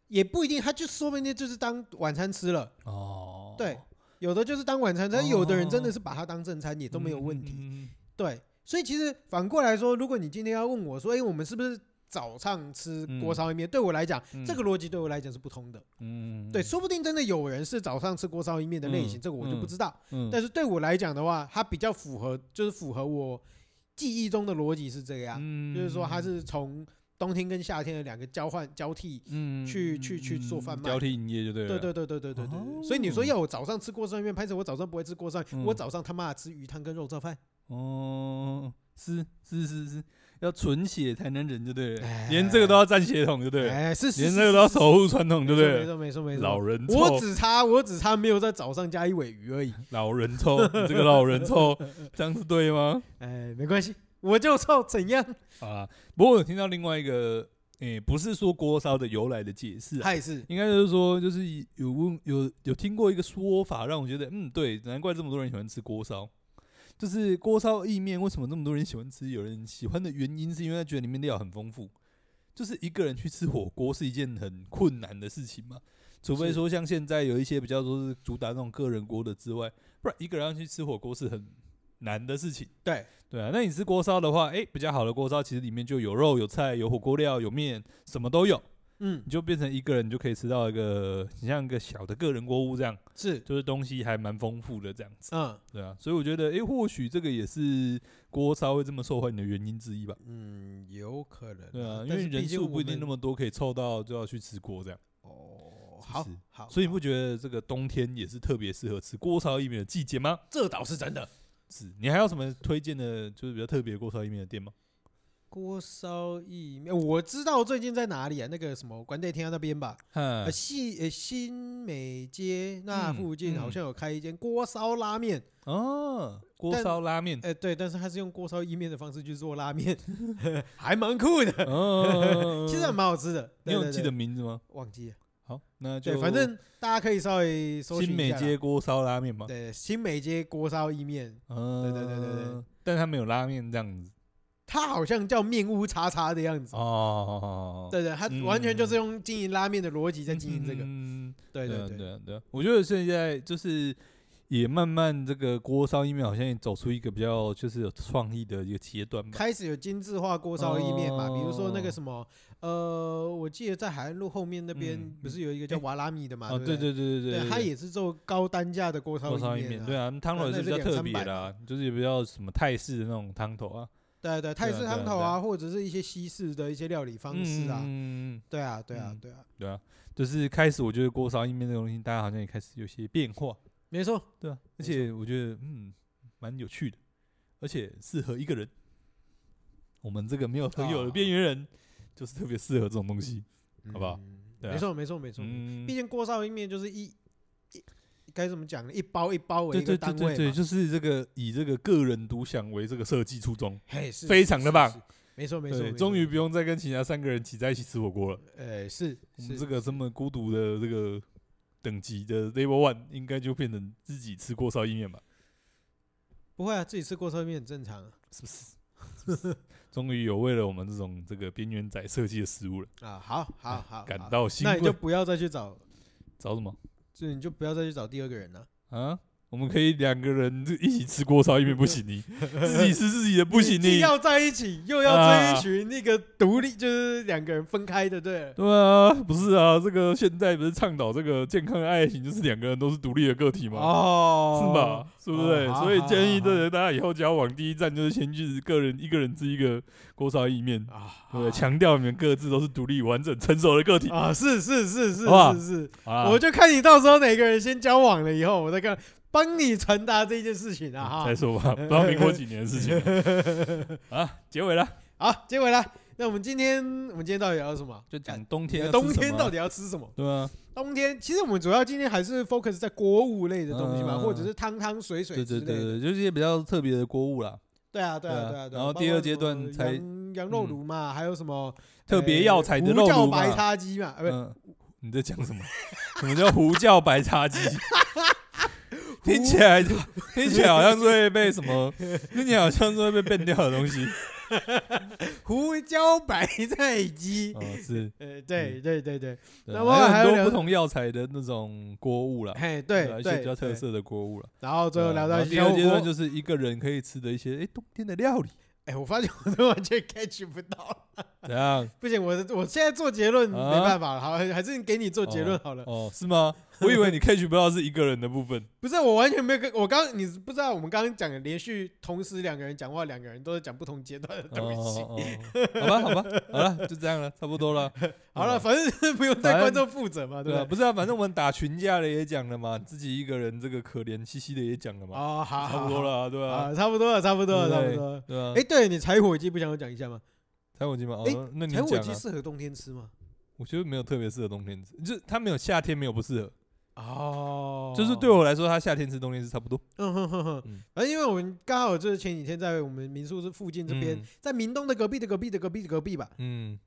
S1: 也不一定，他就说不定就是当晚餐吃了，
S2: 哦，
S1: 对，有的就是当晚餐，但有的人真的是把它当正餐也
S2: 也
S1: 都没有问题。
S2: 哦嗯嗯嗯
S1: 对，所以其实反过来说，如果你今天要问我说，哎、我们是不是早上吃锅烧意面？对我来讲，
S2: 嗯
S1: 这个逻辑对我来讲是不通的。
S2: 嗯，嗯
S1: 对，，说不定真的有人是早上吃锅烧意面的类型，
S2: 嗯
S1: 这个我就不知道。
S2: 嗯
S1: 但是对我来讲的话，它比较符合，就是符合我记忆中的逻辑是这样，
S2: 嗯
S1: 就是说它是从冬天跟夏天的两个交换交替。
S2: 嗯
S1: 去去去做贩卖
S2: 交替营业就对了，
S1: 对对对对对对对
S2: 哦
S1: 对，所以你说要我早上吃锅烧意面，拍摄我早上不会吃锅烧意面，
S2: 嗯
S1: 我早上他妈的吃鱼汤跟肉燥饭。
S2: 哦，是是是是，要纯血才能忍，就对了
S1: 哎，
S2: 连这个都要占血统，就对了，
S1: 哎，是是
S2: 连
S1: 是
S2: 这个
S1: 是
S2: 都要
S1: 是
S2: 守护传统，对不
S1: 没
S2: 对？
S1: 错没错没错。
S2: 老人臭，
S1: 我只差我只差没有在早上加一尾鱼而已。
S2: 老人臭，你这个老人臭，这样是对吗？
S1: 哎，没关系，我就臭怎样？
S2: 啊，不过我有听到另外一个，诶、不是说锅烧的由来的解释啊，
S1: 还是
S2: 应该就是说，就是有问有有听过一个说法，让我觉得，嗯，对，难怪这么多人喜欢吃锅烧。就是锅烧意面，为什么那么多人喜欢吃？有人喜欢的原因是因为他觉得里面料很丰富。就是一个人去吃火锅是一件很困难的事情嘛，除非
S1: 是
S2: 说像现在有一些比较说是主打那种个人锅的之外，不然一个人要去吃火锅是很难的事情。
S1: 对
S2: 对啊，那你吃锅烧的话，诶，比较好的锅烧其实里面就有肉、有菜、有火锅料、有面，什么都有。
S1: 嗯
S2: 你就变成一个人，你就可以吃到一个很像一个小的个人锅物这样，
S1: 是
S2: 就是东西还蛮丰富的这样子，
S1: 嗯
S2: 对啊，所以我觉得，诶、或许这个也是锅烧会这么受欢迎的原因之一吧，
S1: 嗯，有可能
S2: 对啊，因
S1: 呃但
S2: 为
S1: 是
S2: 人
S1: 毕竟
S2: 数
S1: 我
S2: 不一定那
S1: 们
S2: 么多，可以凑到就要去吃锅这样，
S1: 哦，
S2: 是不
S1: 好
S2: 是
S1: 好，
S2: 所以你
S1: 好
S2: 不觉得这个冬天也是特别适合吃锅烧意面的季节吗？
S1: 这倒是真的。
S2: 是，你还有什么推荐的，就是比较特别锅烧意面的店吗？
S1: 锅烧意面，我知道最近在哪里啊？那个什么关帝天那边吧，
S2: 哈
S1: 呃，西呃新美街那
S2: 嗯
S1: 附近好
S2: 嗯
S1: 像有开一间锅烧拉面，
S2: 哦，锅
S1: 但
S2: 烧拉面，
S1: 哎对，但是它是用锅烧意面的方式去做拉 面，还蛮酷的，，
S2: 哦
S1: 其实还蛮好吃的。
S2: 你
S1: 对
S2: 有
S1: 对
S2: 记
S1: 对
S2: 得名字吗？
S1: 忘记了。
S2: 好，那就
S1: 对，反正大家可以稍微搜
S2: 新
S1: 寻一
S2: 美
S1: 下啦
S2: 街锅烧拉面吗？
S1: 对新美街锅烧意面，
S2: 嗯，
S1: 对对对对对，
S2: 但他们有拉面这样子
S1: 它好像叫面屋叉叉的样子。
S2: 哦，
S1: 对对，它
S2: 嗯
S1: 完全就是用经营拉面的逻辑在
S2: 在
S1: 经营这个。对
S2: 对
S1: 对
S2: 对
S1: 对，
S2: 对对，我觉得现在就是也慢慢这个锅烧意面好像也走出一个比较就是有创意的一个阶段吧。
S1: 开始有精致化锅烧意面嘛，比如说那
S2: 哦
S1: 个什么，呃，我记得在海岸路后面那边
S2: 嗯
S1: 不是有一个叫
S2: 哎
S1: 瓦拉米的嘛？
S2: 哦，对
S1: 对
S2: 对对对
S1: 对，它也是做高单价的锅
S2: 锅烧
S1: 烧
S2: 意
S1: 面
S2: 面，
S1: 啊。
S2: 对啊，汤头也
S1: 那
S2: 是
S1: 是
S2: 比较
S1: 两三
S2: 特别
S1: 百
S2: 的啊，就是也比较什么泰式的那种汤头啊，
S1: 对对，泰
S2: 对啊
S1: 式
S2: 对啊
S1: 汤头
S2: 对啊
S1: 啊，或者是一些西式的一些料理方式
S2: 嗯
S1: 啊。
S2: 嗯嗯嗯
S1: 对啊，对啊
S2: 嗯，
S1: 对啊，
S2: 对啊，就是开始我觉得锅烧意面这个东西，大家好像也开始有些变化。
S1: 没错，
S2: 对啊，而
S1: 没
S2: 且我觉得嗯，蛮有趣的，而且适合一个人。我们这个没有朋友
S1: 啊
S2: 的边缘人，就是特别适合这种东西。好不好
S1: 嗯？
S2: 对啊
S1: 没错，没错，没错。没错
S2: 嗯，
S1: 毕竟锅烧意面就是一一该怎么讲呢？一包一包为
S2: 对
S1: 一个
S2: 对
S1: 单
S2: 对
S1: 位嘛
S2: 对对，就是这个以这个个人独享为这个设计初衷，
S1: 嘿，是
S2: 非常的棒。
S1: 是是是没错，没错，
S2: 对，
S1: 没错
S2: 终于，不用再跟其他三个人挤在一起吃火锅了。
S1: 呃，是
S2: 我
S1: 是
S2: 们这个这么孤独的这个等级的 level one，应该就变成自己吃锅烧意面吧？
S1: 不会啊，自己吃锅烧意面很正常啊
S2: 是不是？是不是 终于有为了我们这种这个边缘仔设计的食物了，
S1: 啊。好，好， 好，
S2: 感
S1: 好
S2: 到欣
S1: 那
S2: 慰
S1: 你。就不要再去找，
S2: 找什么？
S1: 就你就不要再去找第二个人了。
S2: 啊，我们可以两个人就一起吃锅烧意面，不行 你自己吃自己的不行
S1: 你
S2: 你啊
S1: 既。要在一起，又要追寻那个独立，就是两个人分开的，对了。
S2: 对啊，不是啊，这个现在不是倡导这个健康的爱情，就是两个人都是独立的个体吗？
S1: 哦，
S2: 是吧？是不是？
S1: 哦好
S2: 所以建议
S1: 好
S2: 这
S1: 好
S2: 个大家以后交往第一站就是先去个人一个人吃一个锅烧意面，
S1: 啊，
S2: 对不对，强调你们各自都是独立、完整、成熟的个体。啊
S1: 啊，是是是是
S2: 好不好
S1: 是是，
S2: 好啦
S1: 我就看你到时候哪个人先交往了以后，我再看帮你传达这件事情啊
S2: 嗯
S1: 哈
S2: 再。说吧，不知道民国几年的事情 了啊，结尾了，
S1: 好，结尾了。那我们今天我们今天到底聊什么？
S2: 就讲冬
S1: 你
S2: 天
S1: 的
S2: 要吃
S1: 哎
S2: 什
S1: 冬
S2: 么，啊
S1: 天到底要吃什么？
S2: 对啊，
S1: 冬天其实我们主要今天还是 focus 在锅物类的东西嘛，
S2: 嗯
S1: 或者是汤汤水水
S2: 对
S1: 之
S2: 对
S1: 类的。
S2: 对，就是一些比较特别的锅物啦，
S1: 对啊，对
S2: 对啊
S1: 啊，对啊。对啊
S2: 然后
S1: 包
S2: 第
S1: 括什
S2: 二阶
S1: 么
S2: 段才
S1: 羊羊肉
S2: 嗯
S1: 炉嘛，还有什么
S2: 特别药材的肉
S1: 呃胡
S2: 炉
S1: 椒白
S2: 嘛。
S1: 叉鸡嘛，呃，
S2: 嗯，你在讲什么？ 什么叫胡椒白叉鸡？ 听起来听起来好像是会被什么？听起来好像是会被变掉的东西。
S1: 胡椒白菜鸡，
S2: 哦，是，
S1: 呃，
S2: 嗯
S1: 对对对对，
S2: 对
S1: 那
S2: 还
S1: 么还有
S2: 有很
S1: 聊
S2: 多不同药材的那种锅物啦，
S1: 嘿，
S2: 啊
S1: 对
S2: 一些
S1: 对，
S2: 比较特
S1: 对。
S2: 色的锅物啦。
S1: 然后最后
S2: 对啊
S1: 聊
S2: 然
S1: 到
S2: 第二阶段
S1: 是，
S2: 就是一个人可以吃的一些哎冬天的料理，
S1: 哎，我发现我都完全 catch 不到，
S2: 怎样？
S1: 不行，我我现在做结论
S2: 啊
S1: 没办法了，好，还是给你做结论好了。
S2: 哦，是吗？我以为你 catch 不到是一个人的部分。
S1: 不是，我完全没有跟我刚你不知道，我们刚刚讲的连续同时两个人讲话，两个人都是讲不同阶段的
S2: 哦
S1: 东西。
S2: 哦哦好吧，好吧，好了，就这样了，差不多了。
S1: 好了，
S2: 哦，
S1: 反正是不用对观众负责嘛，对
S2: 对啊，
S1: 不对？
S2: 不是啊，反正我们打群架的也讲了嘛，自己一个人这个可怜兮兮的也讲了嘛，
S1: 哦，好，
S2: 差不多
S1: 好，
S2: 了啊，对
S1: 好
S2: 啊，
S1: 啊，差不多了，差不多了，
S2: 对
S1: 差
S2: 不
S1: 不
S2: 对
S1: 多了。
S2: 对啊。
S1: 哎，对你柴火鸡不想要讲一下吗？
S2: 柴火鸡嘛，
S1: 哎
S2: 哦，那你
S1: 柴火
S2: 讲
S1: 鸡
S2: 啊。
S1: 适合冬天吃吗？
S2: 我觉得没有特别适合冬天吃，就是它没有夏天没有不适合，
S1: 哦，
S2: 就是对，我来说，它夏天吃冬天吃差不多。
S1: 嗯哼哼哼
S2: 嗯，
S1: 反正因为我们刚好就是前几天在我们民宿这附近这边
S2: 嗯，
S1: 在明东的隔壁的隔壁的隔壁的隔壁吧，
S2: 嗯，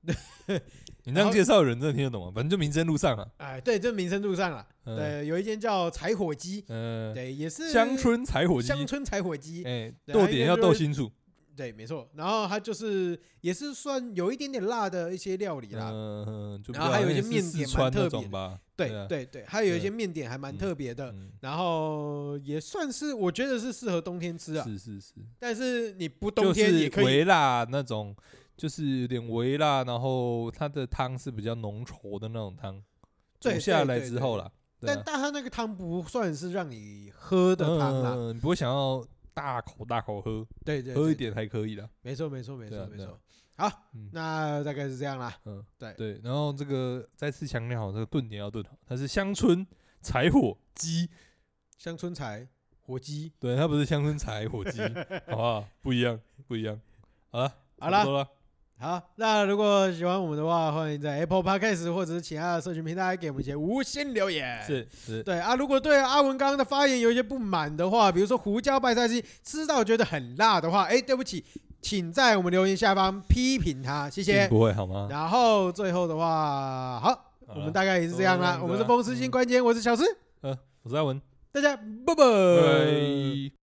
S2: 你这
S1: 然
S2: 样
S1: 后
S2: 介绍人真的听得懂吗？反正就民生路上啊，
S1: 哎，对，这民生路上了，
S2: 嗯，
S1: 对，有一间叫柴火鸡，
S2: 嗯，
S1: 对，也是
S2: 乡村柴火鸡，
S1: 乡村柴火鸡，
S2: 哎，
S1: 对
S2: 豆
S1: 还有一
S2: 点
S1: 个
S2: 要
S1: 就
S2: 豆
S1: 是
S2: 清楚，
S1: 对，没错。然后它就是也是算有一点点辣的一些料理啦，
S2: 嗯，就比
S1: 然后
S2: 较
S1: 还有
S2: 类
S1: 一些
S2: 似
S1: 面
S2: 四
S1: 点蛮
S2: 川
S1: 特
S2: 那
S1: 别
S2: 种
S1: 的
S2: 吧，
S1: 对
S2: 啊，
S1: 对对，还有一些
S2: 对
S1: 面点还蛮
S2: 嗯
S1: 特别的，
S2: 嗯
S1: 然后也算是我觉得是适合冬天吃啊，
S2: 是是是，
S1: 但是你不冬
S2: 就
S1: 天也
S2: 是
S1: 可以。
S2: 微辣那种，就是有点微辣，然后它的汤是比较浓稠的那种汤，
S1: 对
S2: 煮下
S1: 对
S2: 来
S1: 对
S2: 之
S1: 对
S2: 后啦，对
S1: 但
S2: 啊
S1: 但它那个汤不算是让你喝的汤啦，
S2: 嗯，你不会想要大口大口喝，
S1: 对对，
S2: 喝
S1: 对
S2: 一，点还可以啦。
S1: 没错没错没
S2: 对
S1: 错
S2: 啊
S1: 没
S2: 对啊
S1: 错。好
S2: 嗯，
S1: 那大概是这样啦。
S2: 嗯，
S1: 对
S2: 对，然后这个再次强调，这个炖点要炖好，它是乡村柴火鸡，
S1: 乡村柴火鸡，
S2: 对，它不是乡村柴火 鸡，好不好？不一样，不一样。好了，
S1: 好
S2: 差
S1: 啦
S2: 不多了，
S1: 好，那如果喜欢我们的话，欢迎在 Apple Podcast 或者是其他的社群平台给我们一些无心留言。
S2: 是是，
S1: 对啊，如果对阿文刚刚的发言有一些不满的话，比如说胡椒白菜鸡吃到觉得很辣的话，哎，对不起，请在我们留言下方批评他，谢
S2: 并
S1: 谢。
S2: 不会好吗？
S1: 然后最后的话，好，我
S2: 好啦
S1: 们大概也是这样啦。
S2: 差
S1: 我
S2: 不多
S1: 们
S2: 这样
S1: 是
S2: 子啊
S1: 风湿性关节，我是小诗，
S2: 呃，我是阿文，
S1: 大家拜
S2: 拜
S1: 拜。
S2: 拜。